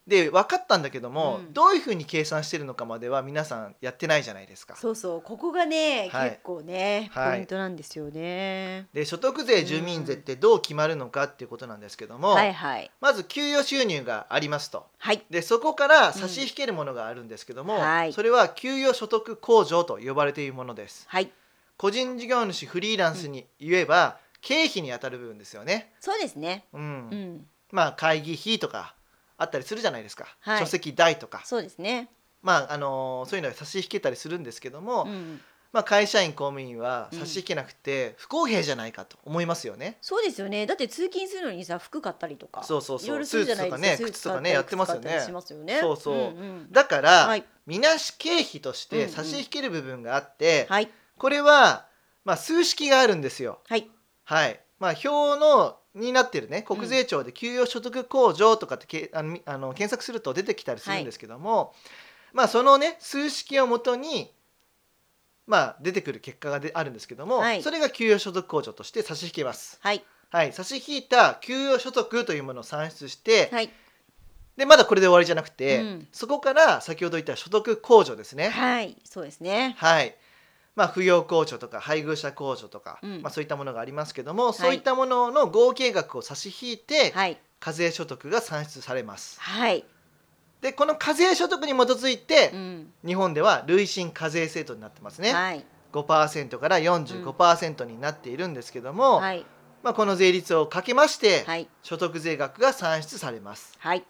Speaker 1: で分かったんだけども、
Speaker 2: うん
Speaker 1: どういうふうに計算してるのかまでは皆さんやってないじゃないですか。
Speaker 2: そうそうここがね、
Speaker 1: はい
Speaker 2: 結構ねポ
Speaker 1: はい
Speaker 2: イントなんですよね、
Speaker 1: で所得税住民税ってどう決まるのかっていうことなんですけども、
Speaker 2: はい、はい
Speaker 1: まず給与収入がありますと
Speaker 2: はい
Speaker 1: でそこから差し引けるものがあるんですけども、
Speaker 2: うんはい
Speaker 1: それは給与所得控除と呼ばれているものです
Speaker 2: はい
Speaker 1: 個人事業主フリーランスに言えば経費に当たる部分ですよね、
Speaker 2: そうですね
Speaker 1: うん
Speaker 2: うん
Speaker 1: まあ会議費とかあったりするじゃないですか、
Speaker 2: はい
Speaker 1: 書籍代とか
Speaker 2: そうですね
Speaker 1: まああのーそういうのが差し引けたりするんですけども、
Speaker 2: うん
Speaker 1: まあ、会社員公務員は
Speaker 2: うん
Speaker 1: 差し引けなくて不公平じゃないかと思いますよね、
Speaker 2: そうですよねだって通勤するのにさ服買ったりとか
Speaker 1: そうそうそう
Speaker 2: いろいろするじゃないですか
Speaker 1: スーツとかね靴とかね
Speaker 2: スー買
Speaker 1: やってますよね
Speaker 2: 靴買ったりしますよね
Speaker 1: そうそうん
Speaker 2: ん
Speaker 1: だから、
Speaker 2: はい
Speaker 1: みなし経費として差し引ける部分があって、
Speaker 2: はい
Speaker 1: これは、まあ、数式があるんですよ。
Speaker 2: はい
Speaker 1: はいまあ、表のになってるね国税庁で給与所得控除とかってけあのみあの検索すると出てきたりするんですけども、まあ、そのね数式をもとに、まあ、出てくる結果がであるんですけども、
Speaker 2: はい
Speaker 1: それが給与所得控除として差し引けます。
Speaker 2: はい
Speaker 1: はい、差し引いた給与所得というものを算出して、
Speaker 2: はい
Speaker 1: でまだこれで終わりじゃなくて、
Speaker 2: うん
Speaker 1: そこから先ほど言った所得控除ですね。
Speaker 2: はいそうですね
Speaker 1: はいまあ、扶養控除とか配偶者控除とか、
Speaker 2: うん
Speaker 1: まあ、そういったものがありますけども、そういったものの合計額を差し引いて、
Speaker 2: はい
Speaker 1: 課税所得が算出されます
Speaker 2: はい
Speaker 1: でこの課税所得に基づいて
Speaker 2: う、ん
Speaker 1: 日本では累進課税制度になってますね、
Speaker 2: はい
Speaker 1: 5%から45%になっているんですけども、
Speaker 2: はい
Speaker 1: まあ、この税率をかけまして、
Speaker 2: はい
Speaker 1: 所得税額が算出されます
Speaker 2: はい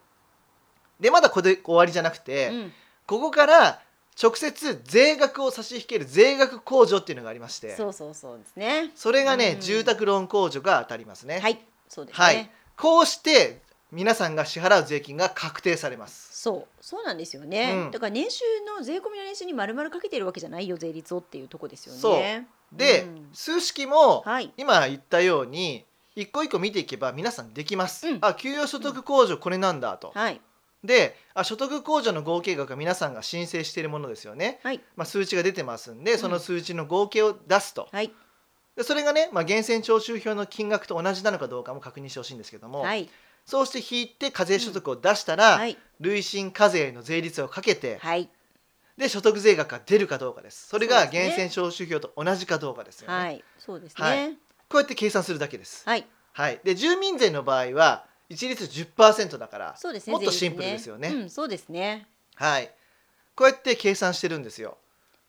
Speaker 1: でまだこれで終わりじゃなくて、
Speaker 2: うん
Speaker 1: ここから直接税額を差し引ける税額控除っていうのがありまして
Speaker 2: そうそうそうですね
Speaker 1: それがね、
Speaker 2: うん
Speaker 1: 住宅ローン控除が当たりますね。
Speaker 2: はいそうですね、
Speaker 1: はいこうして皆さんが支払う税金が確定されます。
Speaker 2: そうそうなんですよね、
Speaker 1: うん
Speaker 2: だから年収の税込みの年収に丸々かけてるわけじゃないよ税率をっていうとこですよね
Speaker 1: そうで、
Speaker 2: うん
Speaker 1: 数式も、
Speaker 2: はい
Speaker 1: 今言ったように一個一個見ていけば皆さんできます。
Speaker 2: うん
Speaker 1: あ給与所得控除これなんだと。
Speaker 2: はい
Speaker 1: であ所得控除の合計額が皆さんが申請しているものですよね。
Speaker 2: はい
Speaker 1: まあ、数値が出てますんでその数値の合計を出すと。
Speaker 2: はい
Speaker 1: でそれがね、まあ、源泉徴収票の金額と同じなのかどうかも確認してほしいんですけども、
Speaker 2: はい
Speaker 1: そうして引いて課税所得を出したら、
Speaker 2: はい
Speaker 1: 累進課税の税率をかけて、
Speaker 2: はい
Speaker 1: で所得税額が出るかどうかですそれ
Speaker 2: そう
Speaker 1: が
Speaker 2: ですね
Speaker 1: 源泉徴収票と同じかどうかですよね、
Speaker 2: はいそうです
Speaker 1: は
Speaker 2: ね
Speaker 1: こうやって計算するだけです、
Speaker 2: はい
Speaker 1: はい、で住民税の場合は一律10%だから
Speaker 2: そうですね
Speaker 1: もっと
Speaker 2: 税率
Speaker 1: シンプルですよね
Speaker 2: うんそうですね
Speaker 1: はいこうやって計算してるんですよ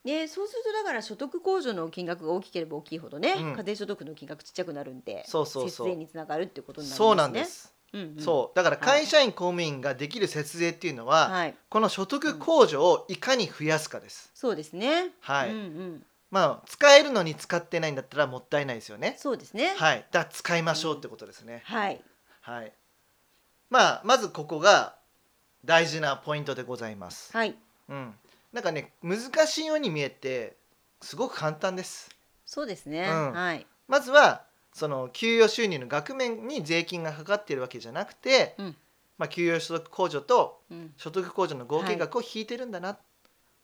Speaker 2: ね、そうするとだから所得控除の金額が大きければ大きいほどね、
Speaker 1: うん
Speaker 2: 課税所得の金額ちっちゃくなるんで
Speaker 1: そうそうそう
Speaker 2: 節税につながるってことになりますね
Speaker 1: そうなんで、す、
Speaker 2: うんうん、
Speaker 1: そうだから会社員公務員ができる節税っていうのは、
Speaker 2: はい
Speaker 1: この所得控除をいかに増やすかです、
Speaker 2: そうですね
Speaker 1: はい
Speaker 2: うんうん、
Speaker 1: まあ使えるのに使ってないんだったらもったいないですよね
Speaker 2: そうですね
Speaker 1: はいだから使いましょうってことですね、
Speaker 2: はい
Speaker 1: はい。まあまずここが大事なポイントでございます。
Speaker 2: はい
Speaker 1: うん。なんかね難しいように見えてすごく簡単です。
Speaker 2: そうですね、
Speaker 1: うん
Speaker 2: はい、
Speaker 1: まずはその給与収入の額面に税金がかかっているわけじゃなくて、
Speaker 2: うん
Speaker 1: まあ給与所得控除と
Speaker 2: うん、
Speaker 1: 所得控除の合計額を引いてるんだな。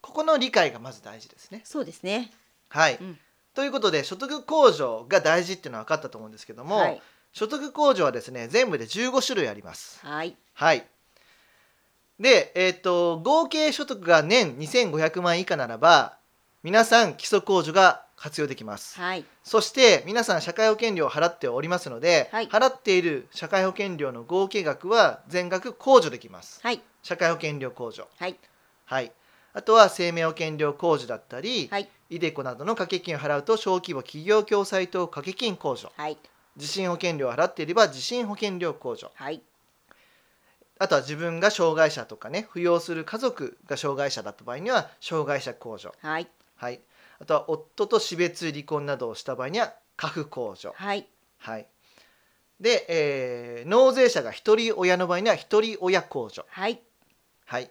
Speaker 1: ここの理解がまず大事ですね。
Speaker 2: そうですね
Speaker 1: はい。
Speaker 2: うん
Speaker 1: ということで所得控除が大事っていうのは分かったと思うんですけども、
Speaker 2: はい
Speaker 1: 所得控除はですね全部で15種類あります。
Speaker 2: はい
Speaker 1: はい。で、えっ、と、合計所得が年2500万以下ならば、皆さん基礎控除が活用できます。
Speaker 2: はい
Speaker 1: そして、皆さん社会保険料を払っておりますので、
Speaker 2: はい
Speaker 1: 払っている社会保険料の合計額は全額控除できます。
Speaker 2: はい
Speaker 1: 社会保険料控除。
Speaker 2: はい
Speaker 1: はい。あとは生命保険料控除だったり、
Speaker 2: はい
Speaker 1: イデコなどの掛け金を払うと小規模企業共済等掛け金控除
Speaker 2: はい
Speaker 1: 地震保険料を払っていれば地震保険料控除
Speaker 2: はい
Speaker 1: あとは自分が障害者とかね扶養する家族が障害者だった場合には障害者控除、
Speaker 2: はい
Speaker 1: はい、あとは夫と死別離婚などをした場合には家父控除、
Speaker 2: はい
Speaker 1: はい、で、えー納税者が一人親の場合には一人親控除、
Speaker 2: はい
Speaker 1: はい、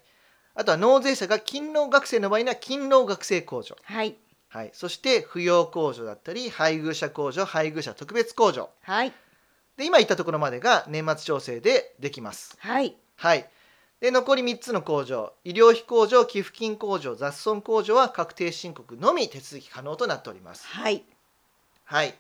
Speaker 1: あとは納税者が勤労学生の場合には勤労学生控除、
Speaker 2: はい
Speaker 1: はい、そして扶養控除だったり配偶者控除配偶者特別控除
Speaker 2: はい
Speaker 1: で今言ったところまでが年末調整でできます。
Speaker 2: はい
Speaker 1: はい。で残り3つの控除医療費控除寄付金控除雑損控除は確定申告のみ手続き可能となっております
Speaker 2: はい
Speaker 1: はい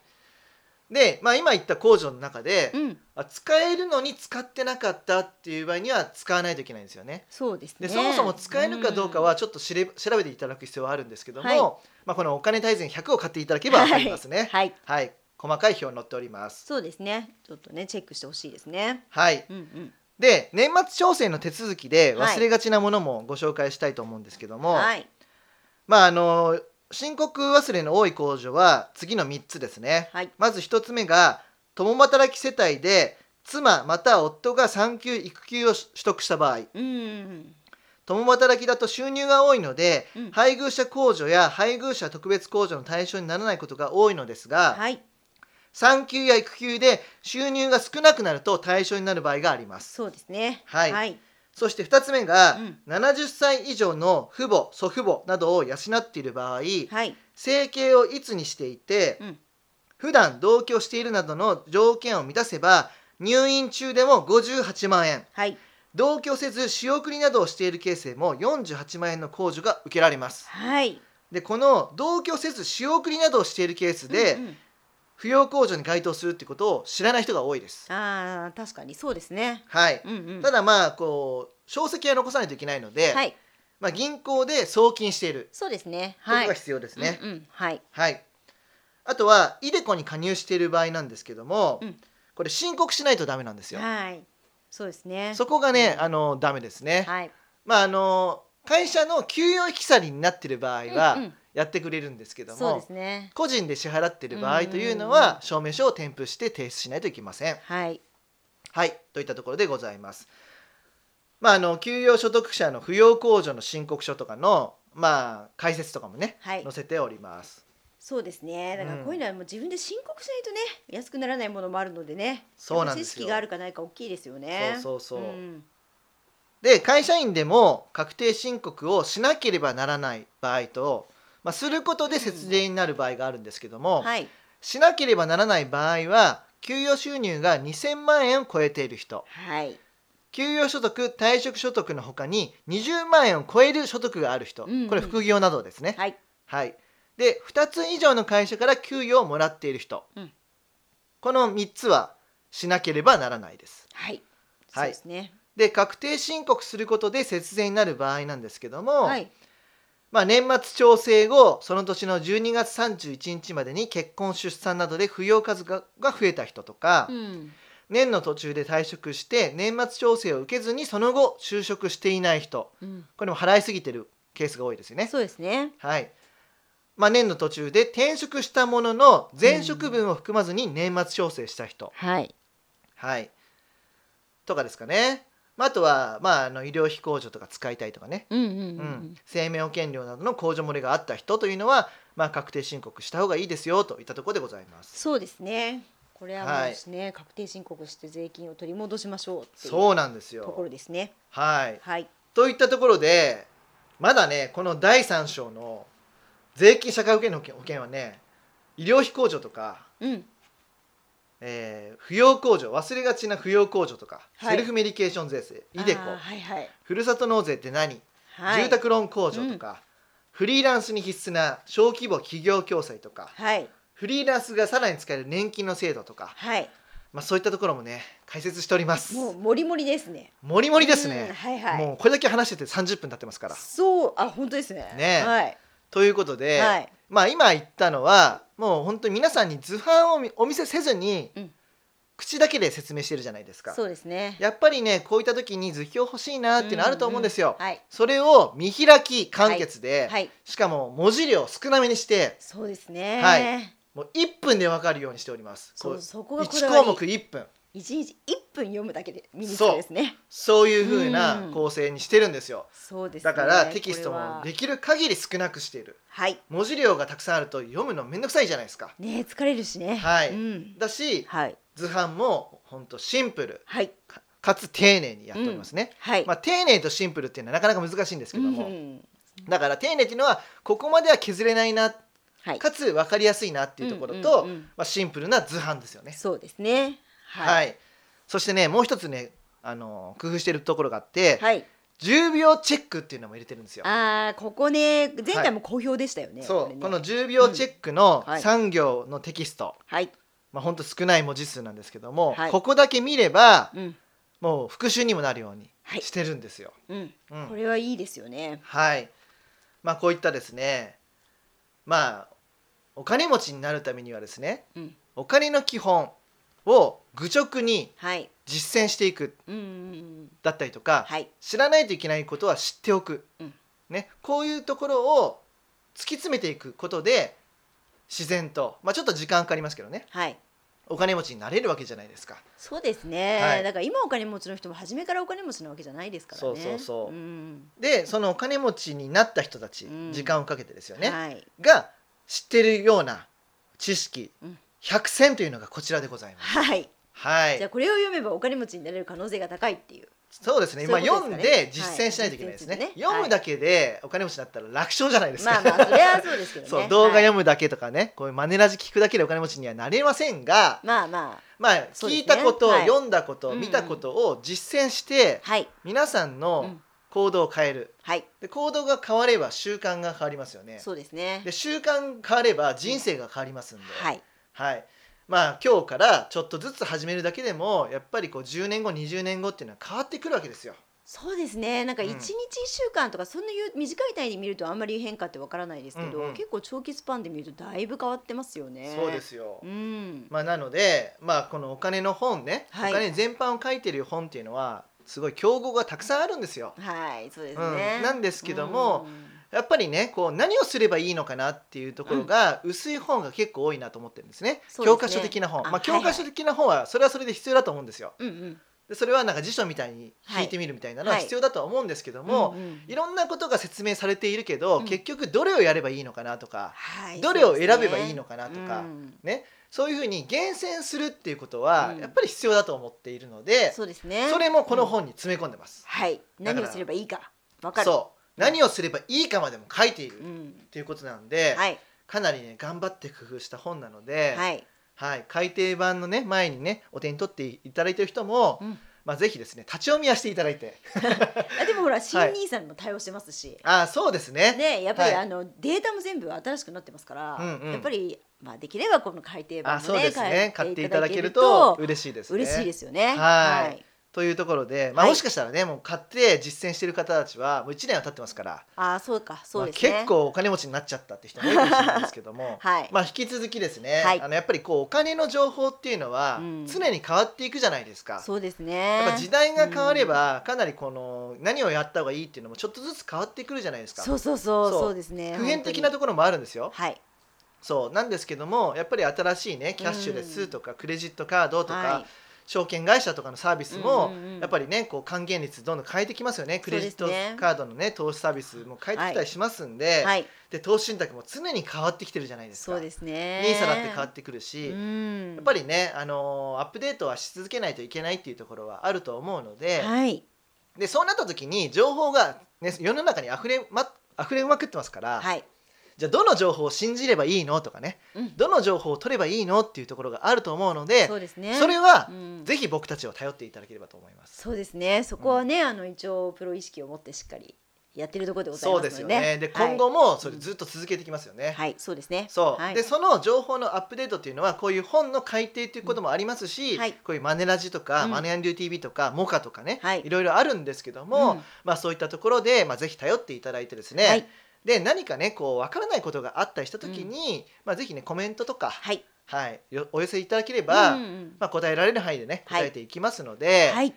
Speaker 1: で、まあ、今言った控除の中で、
Speaker 2: うん、
Speaker 1: あ使えるのに使ってなかったっていう場合には使わないといけないんですよね。
Speaker 2: そうです
Speaker 1: で
Speaker 2: ね。
Speaker 1: そもそも使えるかどうかはちょっと知れ調べていただく必要はあるんですけども、
Speaker 2: はい
Speaker 1: まあ、このお金大全100を買っていただければ分かります
Speaker 2: うん
Speaker 1: ね。
Speaker 2: はい、
Speaker 1: はい、細かい表に載っております。
Speaker 2: そうですね。ちょっとねチェックしてほしいですね。
Speaker 1: はい、
Speaker 2: うんうん。
Speaker 1: で年末調整の手続きで
Speaker 2: はい
Speaker 1: 忘れがちなものもご紹介したいと思うんですけども、
Speaker 2: はい。
Speaker 1: まああの申告忘れの多い控除は次の3つですね。
Speaker 2: はい。
Speaker 1: まず1つ目が共働き世帯で妻または夫が産休育休を取得した場合
Speaker 2: うんうん
Speaker 1: 共働きだと収入が多いので
Speaker 2: うん。うん。
Speaker 1: 配偶者控除や配偶者特別控除の対象にならないことが多いのですが、
Speaker 2: はい。
Speaker 1: 産休や育休で収入が少なくなると対象になる場合があります。
Speaker 2: そうですね。
Speaker 1: はい
Speaker 2: はい。
Speaker 1: そして2つ目が、
Speaker 2: うん
Speaker 1: 70歳以上の父母祖父母などを養っている場合
Speaker 2: はい。
Speaker 1: 生計をいつにしていて、
Speaker 2: うん
Speaker 1: 普段同居しているなどの条件を満たせば入院中でも58万円
Speaker 2: はい。
Speaker 1: 同居せず仕送りなどをしているケースでも48万円の控除が受けられます
Speaker 2: はい。
Speaker 1: でこの同居せず仕送りなどをしているケースで、
Speaker 2: うんうん
Speaker 1: 扶養控除に該当するってことを知らない人が多いです
Speaker 2: ああ確かにそうですね。
Speaker 1: はい、
Speaker 2: うんうん。
Speaker 1: ただまあこう証跡は残さないといけないので、
Speaker 2: はい。
Speaker 1: まあ、銀行で送金している
Speaker 2: そうですね。
Speaker 1: こと
Speaker 2: はい。
Speaker 1: が必要ですね、
Speaker 2: うんうん。はい。
Speaker 1: はい。あとは、イデコに加入している場合なんですけども、
Speaker 2: うん
Speaker 1: これ申告しないとダメなんですよ。
Speaker 2: はい。そうですね。
Speaker 1: そこがね、
Speaker 2: うん
Speaker 1: あのダメですね。
Speaker 2: はい。
Speaker 1: まああの会社の給与引き去りになっている場合
Speaker 2: うんう
Speaker 1: は
Speaker 2: ん
Speaker 1: やってくれるんですけども、
Speaker 2: そうですね。
Speaker 1: 個人で支払っている場合というの
Speaker 2: うんうんう
Speaker 1: は証明書を添付して提出しないといけません。
Speaker 2: はい。
Speaker 1: はい、といったところでございます。まああの給与所得者の扶養控除の申告書とかのまあ解説とかもね、
Speaker 2: はい
Speaker 1: 載せております。
Speaker 2: そうですね。だか
Speaker 1: う
Speaker 2: ら
Speaker 1: ん
Speaker 2: こういうのはもう自分で申告しないとね、安くならないものもあるのでね。
Speaker 1: そうなんですよ
Speaker 2: やっぱ知識があるかないか大きいですよね。
Speaker 1: そうそうそうんで会社員でも確定申告をしなければならない場合と、まあ、することで節税になる場合があるんですけども、
Speaker 2: はい。
Speaker 1: しなければならない場合は給与収入が2000万円を超えている人
Speaker 2: はい。
Speaker 1: 給与所得退職所得のほかに20万円を超える所得がある人、
Speaker 2: うんうん
Speaker 1: これ副業などですね。
Speaker 2: はい。
Speaker 1: はい、で2つ以上の会社から給与をもらっている人、
Speaker 2: うん
Speaker 1: この3つはしなければならないです。
Speaker 2: はい。
Speaker 1: は
Speaker 2: そう
Speaker 1: い
Speaker 2: ですね。
Speaker 1: で確定申告することで節税になる場合なんですけども、
Speaker 2: はい。
Speaker 1: まあ、年末調整後その年の12月31日までに結婚出産などで扶養数がが増えた人とか、
Speaker 2: うん。
Speaker 1: 年の途中で退職して年末調整を受けずにその後就職していない人
Speaker 2: うん。
Speaker 1: これも払いすぎてるケースが多いですよね。
Speaker 2: そうですね。
Speaker 1: はいまあ、年の途中で転職したものの前職分を含まずに年末調整した人、
Speaker 2: はい。
Speaker 1: はい、とかですかね、まあ、あとは、まあ、あの医療費控除とか使いたいとかね
Speaker 2: うんうんう
Speaker 1: うんん。、生命保険料などの控除漏れがあった人というのは、まあ、確定申告した方がいいですよといったところでございます。
Speaker 2: そうですね。これはもう
Speaker 1: はい
Speaker 2: ですね、確定申告して税金を取り戻しましょうっていう
Speaker 1: そうなんです
Speaker 2: ところ
Speaker 1: よ、
Speaker 2: ですね。
Speaker 1: はい、
Speaker 2: はい。
Speaker 1: といったところでまだねこの第3章の税金社会保険の保険はね医療費控除とか、
Speaker 2: うん。
Speaker 1: えー扶養控除忘れがちな扶養控除とか、
Speaker 2: はい
Speaker 1: セルフメディケーション税制イデコ
Speaker 2: あーはいはい。
Speaker 1: ふるさと納税って何、
Speaker 2: はい。
Speaker 1: 住。宅ローン控除とか、フリーランスに必須な小規模企業共済とか
Speaker 2: はい。
Speaker 1: フリーランスがさらに使える年金の制度とか、
Speaker 2: はい。
Speaker 1: まあ、そういったところもね解説しております
Speaker 2: もうもりもりですね。
Speaker 1: もりもりです
Speaker 2: うん
Speaker 1: ね、
Speaker 2: はいはい。
Speaker 1: もうこれだけ話してて30分経ってますから
Speaker 2: そうあ本当ですね。
Speaker 1: ねえ
Speaker 2: はい。
Speaker 1: ということで、
Speaker 2: はい
Speaker 1: まあ今言ったのはもう本当に皆さんに図版をみお見せせずに、
Speaker 2: うん
Speaker 1: 口だけで説明してるじゃないですか
Speaker 2: そうですね。
Speaker 1: やっぱりねこういった時に図表欲しいなっていうのあると思うんですよ、
Speaker 2: うんうんはい。
Speaker 1: それを見開き簡潔で、
Speaker 2: はい。
Speaker 1: しかも文字量少なめにして
Speaker 2: そうですね。
Speaker 1: はい。もう1分で分かるようにしておりますこ
Speaker 2: そううそこがこ
Speaker 1: 1
Speaker 2: だわ
Speaker 1: 項
Speaker 2: り
Speaker 1: 目。1分
Speaker 2: 一日一分読むだけで身につくですね。
Speaker 1: そういうふうな
Speaker 2: うん
Speaker 1: 構成にしてるんですよ、
Speaker 2: そうですね。
Speaker 1: だからテキスト
Speaker 2: これ
Speaker 1: も
Speaker 2: は
Speaker 1: できる限り少なくしている
Speaker 2: はい。
Speaker 1: 文字量がたくさんあると読むのめんどくさいじゃないですか
Speaker 2: ね疲れるしね。
Speaker 1: はい
Speaker 2: うん。
Speaker 1: だし
Speaker 2: はい。
Speaker 1: 図版も本当シンプル
Speaker 2: はい。
Speaker 1: かかつ丁寧にやっておりますね、
Speaker 2: はい。
Speaker 1: まあ、丁寧とシンプルっていうのはなかなか難しいんですけ
Speaker 2: う
Speaker 1: ど
Speaker 2: んう
Speaker 1: も、
Speaker 2: ん。
Speaker 1: だから丁寧っていうのはここまでは削れないな
Speaker 2: はい。
Speaker 1: かつ分かりやすいなっていうところと、
Speaker 2: うんうんうん
Speaker 1: まあ、シンプルな図版ですよね。
Speaker 2: そうですね。
Speaker 1: はい、
Speaker 2: はい。
Speaker 1: そしてねもう一つねあの工夫してるところがあって、
Speaker 2: はい。
Speaker 1: 10秒チェックっていうのも入れてるんですよ。
Speaker 2: ああここね前回も好評でしたよね。
Speaker 1: そう
Speaker 2: れね
Speaker 1: この10秒チェックの
Speaker 2: うんはい
Speaker 1: 3行のテキスト、
Speaker 2: はい。
Speaker 1: まあ、本当少ない文字数なんですけども、
Speaker 2: はい
Speaker 1: ここだけ見れば
Speaker 2: うん
Speaker 1: もう復習にもなるように
Speaker 2: はい
Speaker 1: してるんですよ。
Speaker 2: うん
Speaker 1: うん
Speaker 2: これはいいですよね
Speaker 1: はいまあ、こういったですねまあお金持ちになるためにはですね
Speaker 2: うん
Speaker 1: お金の基本を愚直に
Speaker 2: はい
Speaker 1: 実践していく
Speaker 2: うんうんうん
Speaker 1: だったりとか、
Speaker 2: はい
Speaker 1: 知らないといけないことは知っておく、
Speaker 2: うん
Speaker 1: ね、こういうところを突き詰めていくことで自然と、まあ、ちょっと時間かかりますけどね
Speaker 2: はい
Speaker 1: お金持ちになれるわけじゃないですか。
Speaker 2: そうですね、
Speaker 1: はい
Speaker 2: だから今お金持ちの人も初めからお金持ちなわけじゃないですからね
Speaker 1: そうそうそう
Speaker 2: うん
Speaker 1: でそのお金持ちになった人たち、
Speaker 2: うん
Speaker 1: 時間をかけてですよね、
Speaker 2: はい
Speaker 1: が知ってるような知識、
Speaker 2: うん
Speaker 1: 百選というのがこちらでございます。
Speaker 2: はい
Speaker 1: は
Speaker 2: じゃあ
Speaker 1: い、
Speaker 2: これを読めばお金持ちになれる可能性が高いっていう
Speaker 1: そうですね。
Speaker 2: そう
Speaker 1: 今
Speaker 2: いうこと
Speaker 1: 読
Speaker 2: ですかね
Speaker 1: んで実践しないといけないですね。
Speaker 2: はい実践してね
Speaker 1: 読むだけでお金持ちになったら楽勝じゃないですか。
Speaker 2: まあまあそれはそうですけどね
Speaker 1: そう動画
Speaker 2: はい
Speaker 1: 読むだけとかね、こういうマネラジ聞くだけでお金持ちにはなれませんが、
Speaker 2: まあま
Speaker 1: まあ
Speaker 2: そう
Speaker 1: 聞
Speaker 2: です
Speaker 1: いた
Speaker 2: ね
Speaker 1: こと、
Speaker 2: はい
Speaker 1: 読んだこと、
Speaker 2: うんうん
Speaker 1: 見たことを実践して
Speaker 2: あはい
Speaker 1: 皆さん
Speaker 2: う
Speaker 1: の
Speaker 2: ん
Speaker 1: 行動を変える。
Speaker 2: はい
Speaker 1: で行動が変われば習慣が変わりますよね。
Speaker 2: そうですね
Speaker 1: で習慣変われば人生が変わりますんで。
Speaker 2: はい
Speaker 1: はい、まあ今日からちょっとずつ始めるだけでもやっぱりこう10年後20年後っていうのは変わってくるわけですよ。
Speaker 2: そうですねなんか
Speaker 1: うん
Speaker 2: 1日1週間とかそんなゆ短い単位で見るとあんまり変化ってわからないですけど、
Speaker 1: うんうん
Speaker 2: 結構長期スパンで見るとだいぶ変わってますよね
Speaker 1: そうですよ、
Speaker 2: うん
Speaker 1: まあ、なので、まあ、このお金の本ね、
Speaker 2: はい
Speaker 1: お金全般を書いてる本っていうのはすごい競合がたくさんあるんですよ。
Speaker 2: はいそうです
Speaker 1: うん
Speaker 2: ね、
Speaker 1: なんですけども
Speaker 2: うん
Speaker 1: やっぱりねこう何をすればいいのかなっていうところが薄い本が結構多いなと思ってるんですね。
Speaker 2: そうですね
Speaker 1: 教科書的な本
Speaker 2: あ
Speaker 1: まあ、教科書的な本はそれはそれで必要だと思うんですよ。
Speaker 2: うんうん
Speaker 1: でそれはなんか辞書みたいに引いてみるみたいなのは
Speaker 2: はい
Speaker 1: 必要だとは思うんですけども、
Speaker 2: うんうん
Speaker 1: いろんなことが説明されているけど、
Speaker 2: うん
Speaker 1: 結局どれをやればいいのかなとか、
Speaker 2: はい
Speaker 1: どれを選べば
Speaker 2: そうですね
Speaker 1: いいのかなとか
Speaker 2: うん
Speaker 1: そういうふうに厳選するっていうことは
Speaker 2: うん
Speaker 1: やっぱり必要だと思っているので、
Speaker 2: そうですね
Speaker 1: それもこの本に詰め込んでます。
Speaker 2: はい
Speaker 1: だから
Speaker 2: 何をすればいいかわかる
Speaker 1: そう何をすればいいかまでも書いているっ
Speaker 2: ん、
Speaker 1: ていうことなんで、
Speaker 2: はい
Speaker 1: かなりね頑張って工夫した本なので、はい
Speaker 2: はい
Speaker 1: 改訂版のね前にねお手に取っていただいてる人も、
Speaker 2: うん
Speaker 1: まあ、ぜひですね立ち読みはしていただいて
Speaker 2: あでもほら新兄さんも対応してますし、
Speaker 1: ああそうですね
Speaker 2: ねやっぱり、
Speaker 1: はい
Speaker 2: あのデータも全部新しくなってますから、
Speaker 1: うんうん
Speaker 2: やっぱりまあできればこの改訂
Speaker 1: あ
Speaker 2: 版も
Speaker 1: そう
Speaker 2: ね
Speaker 1: ですね買っていただける
Speaker 2: 買っ
Speaker 1: と
Speaker 2: ていただける
Speaker 1: 嬉しいです
Speaker 2: と
Speaker 1: ね。
Speaker 2: 嬉しいですよね。
Speaker 1: はい
Speaker 2: はい
Speaker 1: というところで、まあ、
Speaker 2: はい
Speaker 1: もしかしたらね、もう買って実践してる方たちはもう1年は経ってますから
Speaker 2: あーそうかそうです
Speaker 1: まあ、
Speaker 2: ね。
Speaker 1: 結構お金持ちになっちゃったって人もいるかもしれないですけども
Speaker 2: はい
Speaker 1: まあ、引き続きですね、
Speaker 2: はい
Speaker 1: あのやっぱりこうお金の情報っていうのは
Speaker 2: うん
Speaker 1: 常に変わっていくじゃないですか。
Speaker 2: そうですね。
Speaker 1: やっぱ時代が変わればかなりこの何をやった方がいいっていうのもちょっとずつ変わってくるじゃないですか
Speaker 2: そうそうそう
Speaker 1: そ
Speaker 2: そううですね。
Speaker 1: 普遍的な
Speaker 2: 本
Speaker 1: ところもあるんです
Speaker 2: 当
Speaker 1: よ
Speaker 2: にはい
Speaker 1: そうなんですけどもやっぱり新しいねキャッシュレスとかクレジットカードとか、
Speaker 2: はい
Speaker 1: 証券会社とかのサービスも
Speaker 2: うんうんうん
Speaker 1: やっぱりねこう還元率どんどん変えてきますよねクレジット
Speaker 2: そうですね
Speaker 1: カードのね投資サービスも変えてきたりしますんで,、
Speaker 2: はい
Speaker 1: で投資信託も常に変わってきてるじゃないですか。
Speaker 2: そうですね。
Speaker 1: ニーサだって変わってくるし、
Speaker 2: うん
Speaker 1: やっぱりね、あのーアップデートはし続けないといけないっていうところはあると思うので,、
Speaker 2: はい
Speaker 1: でそうなった時に情報が、ね、世の中に溢れま溢れまくってますから、
Speaker 2: はい。
Speaker 1: じゃあどの情報を信じればいいのとかね
Speaker 2: うん
Speaker 1: どの情報を取ればいいのっていうところがあると思うので
Speaker 2: そうですね。
Speaker 1: それは
Speaker 2: うん
Speaker 1: ぜひ僕たちを頼っていただければと思います。
Speaker 2: そうですね。そこはね、あの一応プロ意識を持ってしっかりやってるところでござい
Speaker 1: そ
Speaker 2: ま
Speaker 1: う
Speaker 2: すので、
Speaker 1: ですよね。で、
Speaker 2: はい
Speaker 1: 今後もそれずっと続けていきますよね。
Speaker 2: はい、そうですね。
Speaker 1: そう、
Speaker 2: はい
Speaker 1: でその情報のアップデートっていうのはこういう本の改訂ということもありますし、
Speaker 2: うんはい
Speaker 1: こういうマネラジとか、
Speaker 2: うん
Speaker 1: マネアンデュー TV とかモカとかね、
Speaker 2: はい
Speaker 1: い、ろいろあるんですけども、
Speaker 2: うん
Speaker 1: まあそういったところでまあぜひ頼っていただいてですね。
Speaker 2: はい
Speaker 1: で何かねこう分からないことがあったりした時に、まあぜひねコメントとか、
Speaker 2: はい。
Speaker 1: はい、よお寄せいただければ、
Speaker 2: うんうん
Speaker 1: まあ答えられる範囲でね
Speaker 2: はい
Speaker 1: 答えていきますので、
Speaker 2: はい、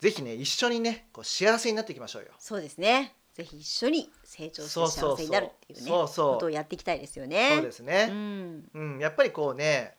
Speaker 1: ぜひね一緒にねこう幸せになっていきましょうよ。
Speaker 2: そうですね。ぜひ一緒に成長して幸せになるっていうね、
Speaker 1: そうそう
Speaker 2: ことをやっていきたいですよね。
Speaker 1: そうですね。
Speaker 2: うん、
Speaker 1: うん、やっぱりこうね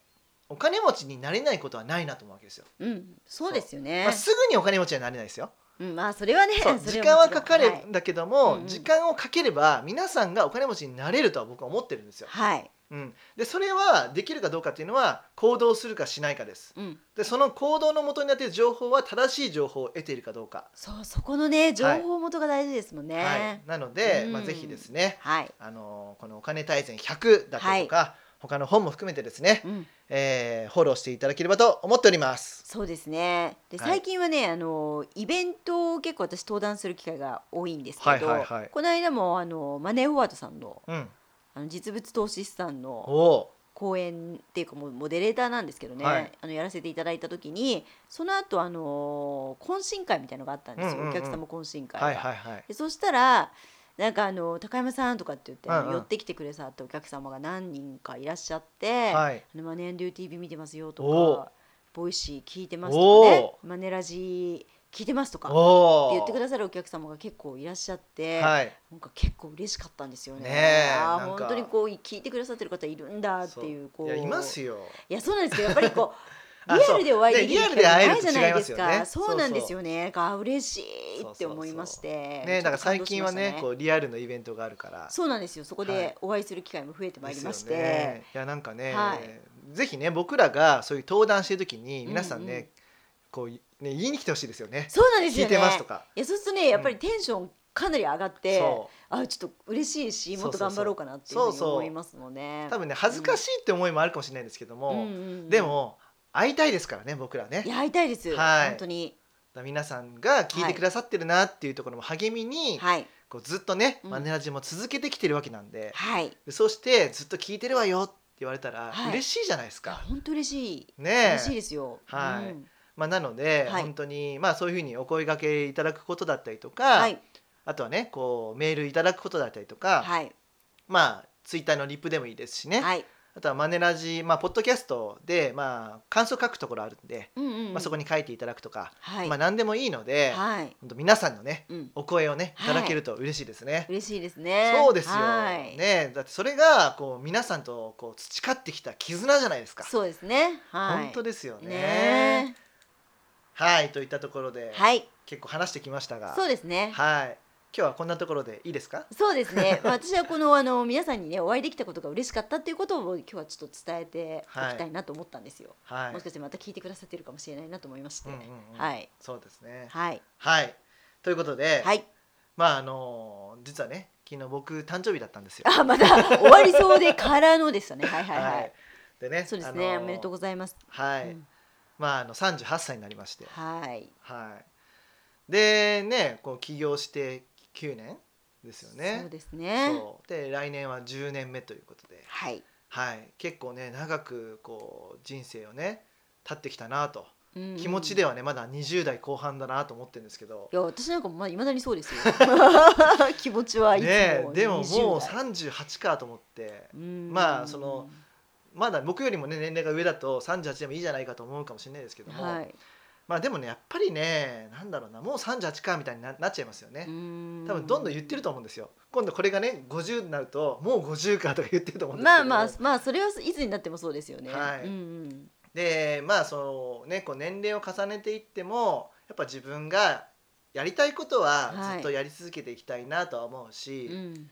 Speaker 1: お金持ちになれないことはないなと思うわけですよ、
Speaker 2: うん、そうですよね
Speaker 1: まあ、。すぐにお金持ちにはなれない ですよ
Speaker 2: うん、まあそれはね、そ
Speaker 1: そ
Speaker 2: れ
Speaker 1: う
Speaker 2: もちろん
Speaker 1: 時間はかか
Speaker 2: は
Speaker 1: る
Speaker 2: い
Speaker 1: んだけども、
Speaker 2: うんうん
Speaker 1: 時間をかければ皆さんがお金持ちになれるとは僕は思ってるんですよ、
Speaker 2: はい、
Speaker 1: うん、でそれはできるかどうかっていうのは行動するかしないかです
Speaker 2: うん、
Speaker 1: でその行動の元になっている情報は正しい情報を得ているかどうか、
Speaker 2: そうそこのね情報元が大事ですもんね。
Speaker 1: はい、なので、
Speaker 2: うん
Speaker 1: まあ、ぜひですね
Speaker 2: はい、
Speaker 1: あのーこの「お金大全100」だったりとか、他の本も含めてですね、
Speaker 2: うん、
Speaker 1: えーフォローしていただければと思っております
Speaker 2: そうですね。で
Speaker 1: はい
Speaker 2: 最近はね、あのイベントを結構私登壇する機会が多いんですけど、
Speaker 1: はいはいはい
Speaker 2: この間もあのマネーフォワードさんの
Speaker 1: うん
Speaker 2: あの実物投資資産の
Speaker 1: おお
Speaker 2: 講演っていうかもうモデレーターなんですけどね、
Speaker 1: はい
Speaker 2: あのやらせていただいた時にその後あのー懇親会みたいのがあったんですよ、
Speaker 1: うんうんうん
Speaker 2: お客様懇親会が、
Speaker 1: はいはいはい
Speaker 2: でそしたらなんかあの高山さんとかって言って、あの
Speaker 1: うんうん
Speaker 2: 寄ってきてくれさってお客様が何人かいらっしゃって、
Speaker 1: はい
Speaker 2: あのマネーンドゥー TV 見てますよと
Speaker 1: お
Speaker 2: かボイシー聞いてますとかね
Speaker 1: お
Speaker 2: マネラジ聞いてますとかって
Speaker 1: おお
Speaker 2: 言ってくださるお客様が結構いらっしゃって、
Speaker 1: はい
Speaker 2: なんか結構嬉しかったんですよね。
Speaker 1: ねえな
Speaker 2: あー
Speaker 1: んか
Speaker 2: 本当にこう聞いてくださってる方いるんだっていうこ
Speaker 1: いうやいます
Speaker 2: よ。
Speaker 1: よ
Speaker 2: いやそうなんですけどやっぱりこ う
Speaker 1: あ
Speaker 2: リアルでお会い
Speaker 1: そう
Speaker 2: できる
Speaker 1: ね
Speaker 2: 機
Speaker 1: リアルで会
Speaker 2: 会
Speaker 1: える
Speaker 2: な
Speaker 1: と
Speaker 2: いじゃないです
Speaker 1: 違いますよ
Speaker 2: か。
Speaker 1: ね
Speaker 2: そうなんですよね。が嬉しいって思いまして。
Speaker 1: ねだから最近はね
Speaker 2: ちょっと感動しました
Speaker 1: こうリアルのイベントがあるから
Speaker 2: そうなんですよ。そこ
Speaker 1: は
Speaker 2: で
Speaker 1: い
Speaker 2: お会いする機会も増えてまいりまして。
Speaker 1: ですよねいやなんかね、
Speaker 2: は
Speaker 1: ぜひね僕らがそういう登壇してる時に皆さんね、
Speaker 2: うんうん
Speaker 1: こうね言いに来てほしいですよね
Speaker 2: そうなんです
Speaker 1: 聞
Speaker 2: よね。
Speaker 1: いてますとか
Speaker 2: いやそうするとねやっぱりテンションかなり上がって、
Speaker 1: そ
Speaker 2: あちょっと嬉しいしもっと
Speaker 1: そうそうそ
Speaker 2: 頑
Speaker 1: う
Speaker 2: 張ろうかなっていうふうに思いますもんね
Speaker 1: う。多分ね恥ずかしいって思いもあるかもしれないですけども、
Speaker 2: うんうんうん
Speaker 1: でも会いたいですからね僕らね
Speaker 2: いや会いたいです。
Speaker 1: はい
Speaker 2: 本当に
Speaker 1: だから皆さんが聞いてくださってるなっていうところも励みに、
Speaker 2: はい
Speaker 1: こうずっとね
Speaker 2: うん
Speaker 1: マネラジも続けてきてるわけなんで、
Speaker 2: はい。
Speaker 1: でそしてずっと聞いてるわよって言われたら
Speaker 2: はい
Speaker 1: 嬉しいじゃないですか。
Speaker 2: 本当嬉しい。
Speaker 1: ねえ
Speaker 2: 嬉しいですよ。
Speaker 1: はい
Speaker 2: うん
Speaker 1: まあ、なので、
Speaker 2: はい
Speaker 1: 本当にまあそういうふうにお声掛けいただくことだったりとか、
Speaker 2: はい
Speaker 1: あとはねこうメールいただくことだったりとか、
Speaker 2: はい
Speaker 1: まあツイッターのリップでもいいですしね、
Speaker 2: はい。
Speaker 1: あとはマネラジまあポッドキャストでまあ感想書くところあるんで、
Speaker 2: うんうんうん。
Speaker 1: まあそこに書いていただくとか、
Speaker 2: はい
Speaker 1: まあ何でもいいので、
Speaker 2: はい。
Speaker 1: 本当皆さんのね
Speaker 2: うん。
Speaker 1: お声をねい
Speaker 2: はい
Speaker 1: ただけると嬉しいですね。
Speaker 2: 嬉しいですね。
Speaker 1: そうですよ、
Speaker 2: はい。
Speaker 1: ねだってそれがこう皆さんとこう培ってきた絆じゃないですか。
Speaker 2: そうですね。はい。
Speaker 1: 本当ですよね。
Speaker 2: ね
Speaker 1: はいといったところで、
Speaker 2: え。はい。
Speaker 1: 結構話してきましたが、
Speaker 2: そうですね。
Speaker 1: はい今日はこんなところでいいですか？
Speaker 2: そうですね。まあ私はこのあの皆さんにねお会いできたことが嬉しかったっていうことを今日はちょっと伝えておきたいなと思ったんですよ。
Speaker 1: はい
Speaker 2: もし。かしてまた聞いてくださってるかもしれないなと思いまして。
Speaker 1: うんうんうん
Speaker 2: はい
Speaker 1: そうですね。
Speaker 2: はい
Speaker 1: はい。ということで、
Speaker 2: はい。
Speaker 1: まああのー実はね、昨日僕誕生日だったん ですよ。
Speaker 2: あまた終わりそうでからのでしたね。はいはいはい。
Speaker 1: でね、
Speaker 2: そうですね、
Speaker 1: あのー
Speaker 2: おめでとうございます。
Speaker 1: はい。
Speaker 2: うん
Speaker 1: まああの三十八歳になりまして、
Speaker 2: はい。
Speaker 1: はい。でね、こう起業して九年ですよね。
Speaker 2: そうですね。
Speaker 1: そうで来年は10年目ということで、
Speaker 2: はい。
Speaker 1: はい、結構ね長くこう人生をね経ってきたなと
Speaker 2: うん
Speaker 1: 気持ち。ではねまだ20代後半だなと思ってるんですけど
Speaker 2: い、や私なんかまだ未だにそうで すよ。気持ちはいつも
Speaker 1: ねえ、でももう
Speaker 2: 20代
Speaker 1: 38かと思って
Speaker 2: うん
Speaker 1: まあそのまだ僕よりもね年齢が上だと38でもいいじゃないかと思うかもしれないですけども、
Speaker 2: はい。
Speaker 1: まあでもねやっぱりねなんだろうなもう38かみたいにななっちゃいますよね
Speaker 2: う。ん
Speaker 1: 多分どんどん言ってると思うんですよ今度これがね50になるともう50かとか言ってると思うんですけ
Speaker 2: まあ
Speaker 1: ど
Speaker 2: まあまあそれはいつになってもそうですよね。
Speaker 1: はい
Speaker 2: うんうん
Speaker 1: でまあそのねこう年齢を重ねていってもやっぱ自分がやりたいこと
Speaker 2: は
Speaker 1: はいずっとやり続けていきたいなとは思うし、
Speaker 2: うん。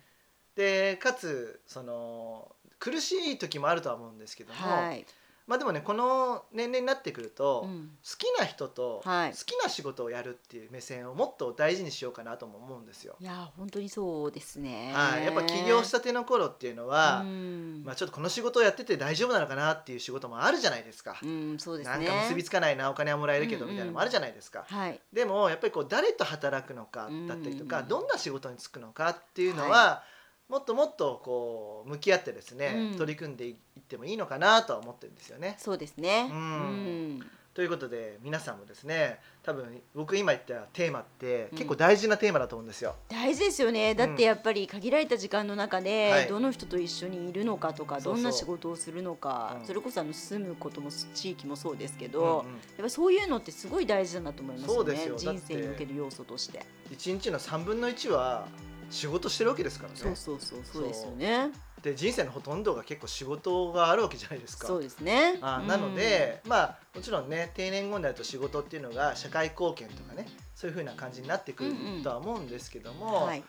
Speaker 1: でかつその苦しい時もあるとは思うんですけども、
Speaker 2: はい。
Speaker 1: まあでもねこの年齢になってくると、
Speaker 2: う
Speaker 1: 好
Speaker 2: ん
Speaker 1: きな人と好
Speaker 2: はい
Speaker 1: きな仕事をやるっていう目線をもっと大事にしようかなとも思うんですよ。
Speaker 2: いや本当にそうですね。
Speaker 1: はい、やっぱ起業したての頃っていうのは、
Speaker 2: うん
Speaker 1: まあ、ちょっとこの仕事をやってて大丈夫なのかなっていう仕事もあるじゃないですか。
Speaker 2: うんそうです
Speaker 1: な
Speaker 2: ね。
Speaker 1: んか結びつかないなお金はもらえるけど
Speaker 2: うんうん
Speaker 1: みたいなのもあるじゃないですか、
Speaker 2: はい。
Speaker 1: でもやっぱりこう誰と働くのかだったりとか、
Speaker 2: うんうん
Speaker 1: どんな仕事に就くのかっていうのは、
Speaker 2: は
Speaker 1: もっともっとこう向き合ってですね、
Speaker 2: うん
Speaker 1: 取り組んでいってもいいのかなとは思ってるんですよね。
Speaker 2: そうですね。
Speaker 1: うん
Speaker 2: うん
Speaker 1: ということで皆さんもですね多分僕今言ったテーマって結構大事なテーマだと思うんですよ。
Speaker 2: 大事ですよねだってやっぱり限られた時間の中で、
Speaker 1: はい
Speaker 2: どの人と一緒にいるのかとか
Speaker 1: そうそう
Speaker 2: どんな仕事をするのか
Speaker 1: うん
Speaker 2: それこそあの住むことも地域もそうですけ
Speaker 1: うん
Speaker 2: ど、
Speaker 1: うん
Speaker 2: やっぱりそういうのってすごい大事だなと思います
Speaker 1: そ
Speaker 2: よ
Speaker 1: うで
Speaker 2: ね
Speaker 1: すよだって
Speaker 2: 人生における要素として、
Speaker 1: 一日の3分の1は仕事してるわけですからね
Speaker 2: そうそうそうそうですよね
Speaker 1: で人生のほとんどが結構仕事があるわけじゃないですか。
Speaker 2: そうですね
Speaker 1: あ
Speaker 2: うん
Speaker 1: なので、まあもちろんね定年後になると仕事っていうのが社会貢献とかねそういう風な感じになってくる
Speaker 2: うんうん
Speaker 1: とは思うんですけども、
Speaker 2: はい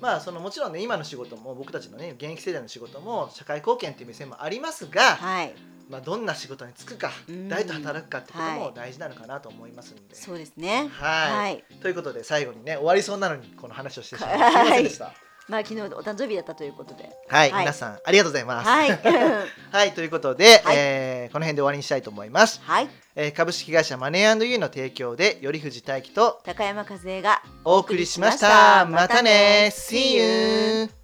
Speaker 1: まあそのもちろんね今の仕事も僕たちのね現役世代の仕事も社会貢献っていう目線もありますが、
Speaker 2: はい
Speaker 1: まあ、どんな仕事に就くか、
Speaker 2: うん
Speaker 1: 誰と働くかってこと
Speaker 2: は
Speaker 1: も
Speaker 2: い
Speaker 1: 大事なのかなと思いますので。
Speaker 2: そうですね
Speaker 1: はい
Speaker 2: はい
Speaker 1: ということで最後にね終わりそうなのにこの話をしてしまいま したすいませんでした。
Speaker 2: まあ昨日お誕生日だったということで
Speaker 1: はい、
Speaker 2: はい
Speaker 1: 皆さんありがとうございます。
Speaker 2: はい
Speaker 1: はいということで、
Speaker 2: はい
Speaker 1: えーこの辺で終わりにしたいと思います。
Speaker 2: はい
Speaker 1: えー株式会社マネーユーの提供で頼藤大樹と
Speaker 2: 高山和恵が
Speaker 1: お送りしました。またね !See you!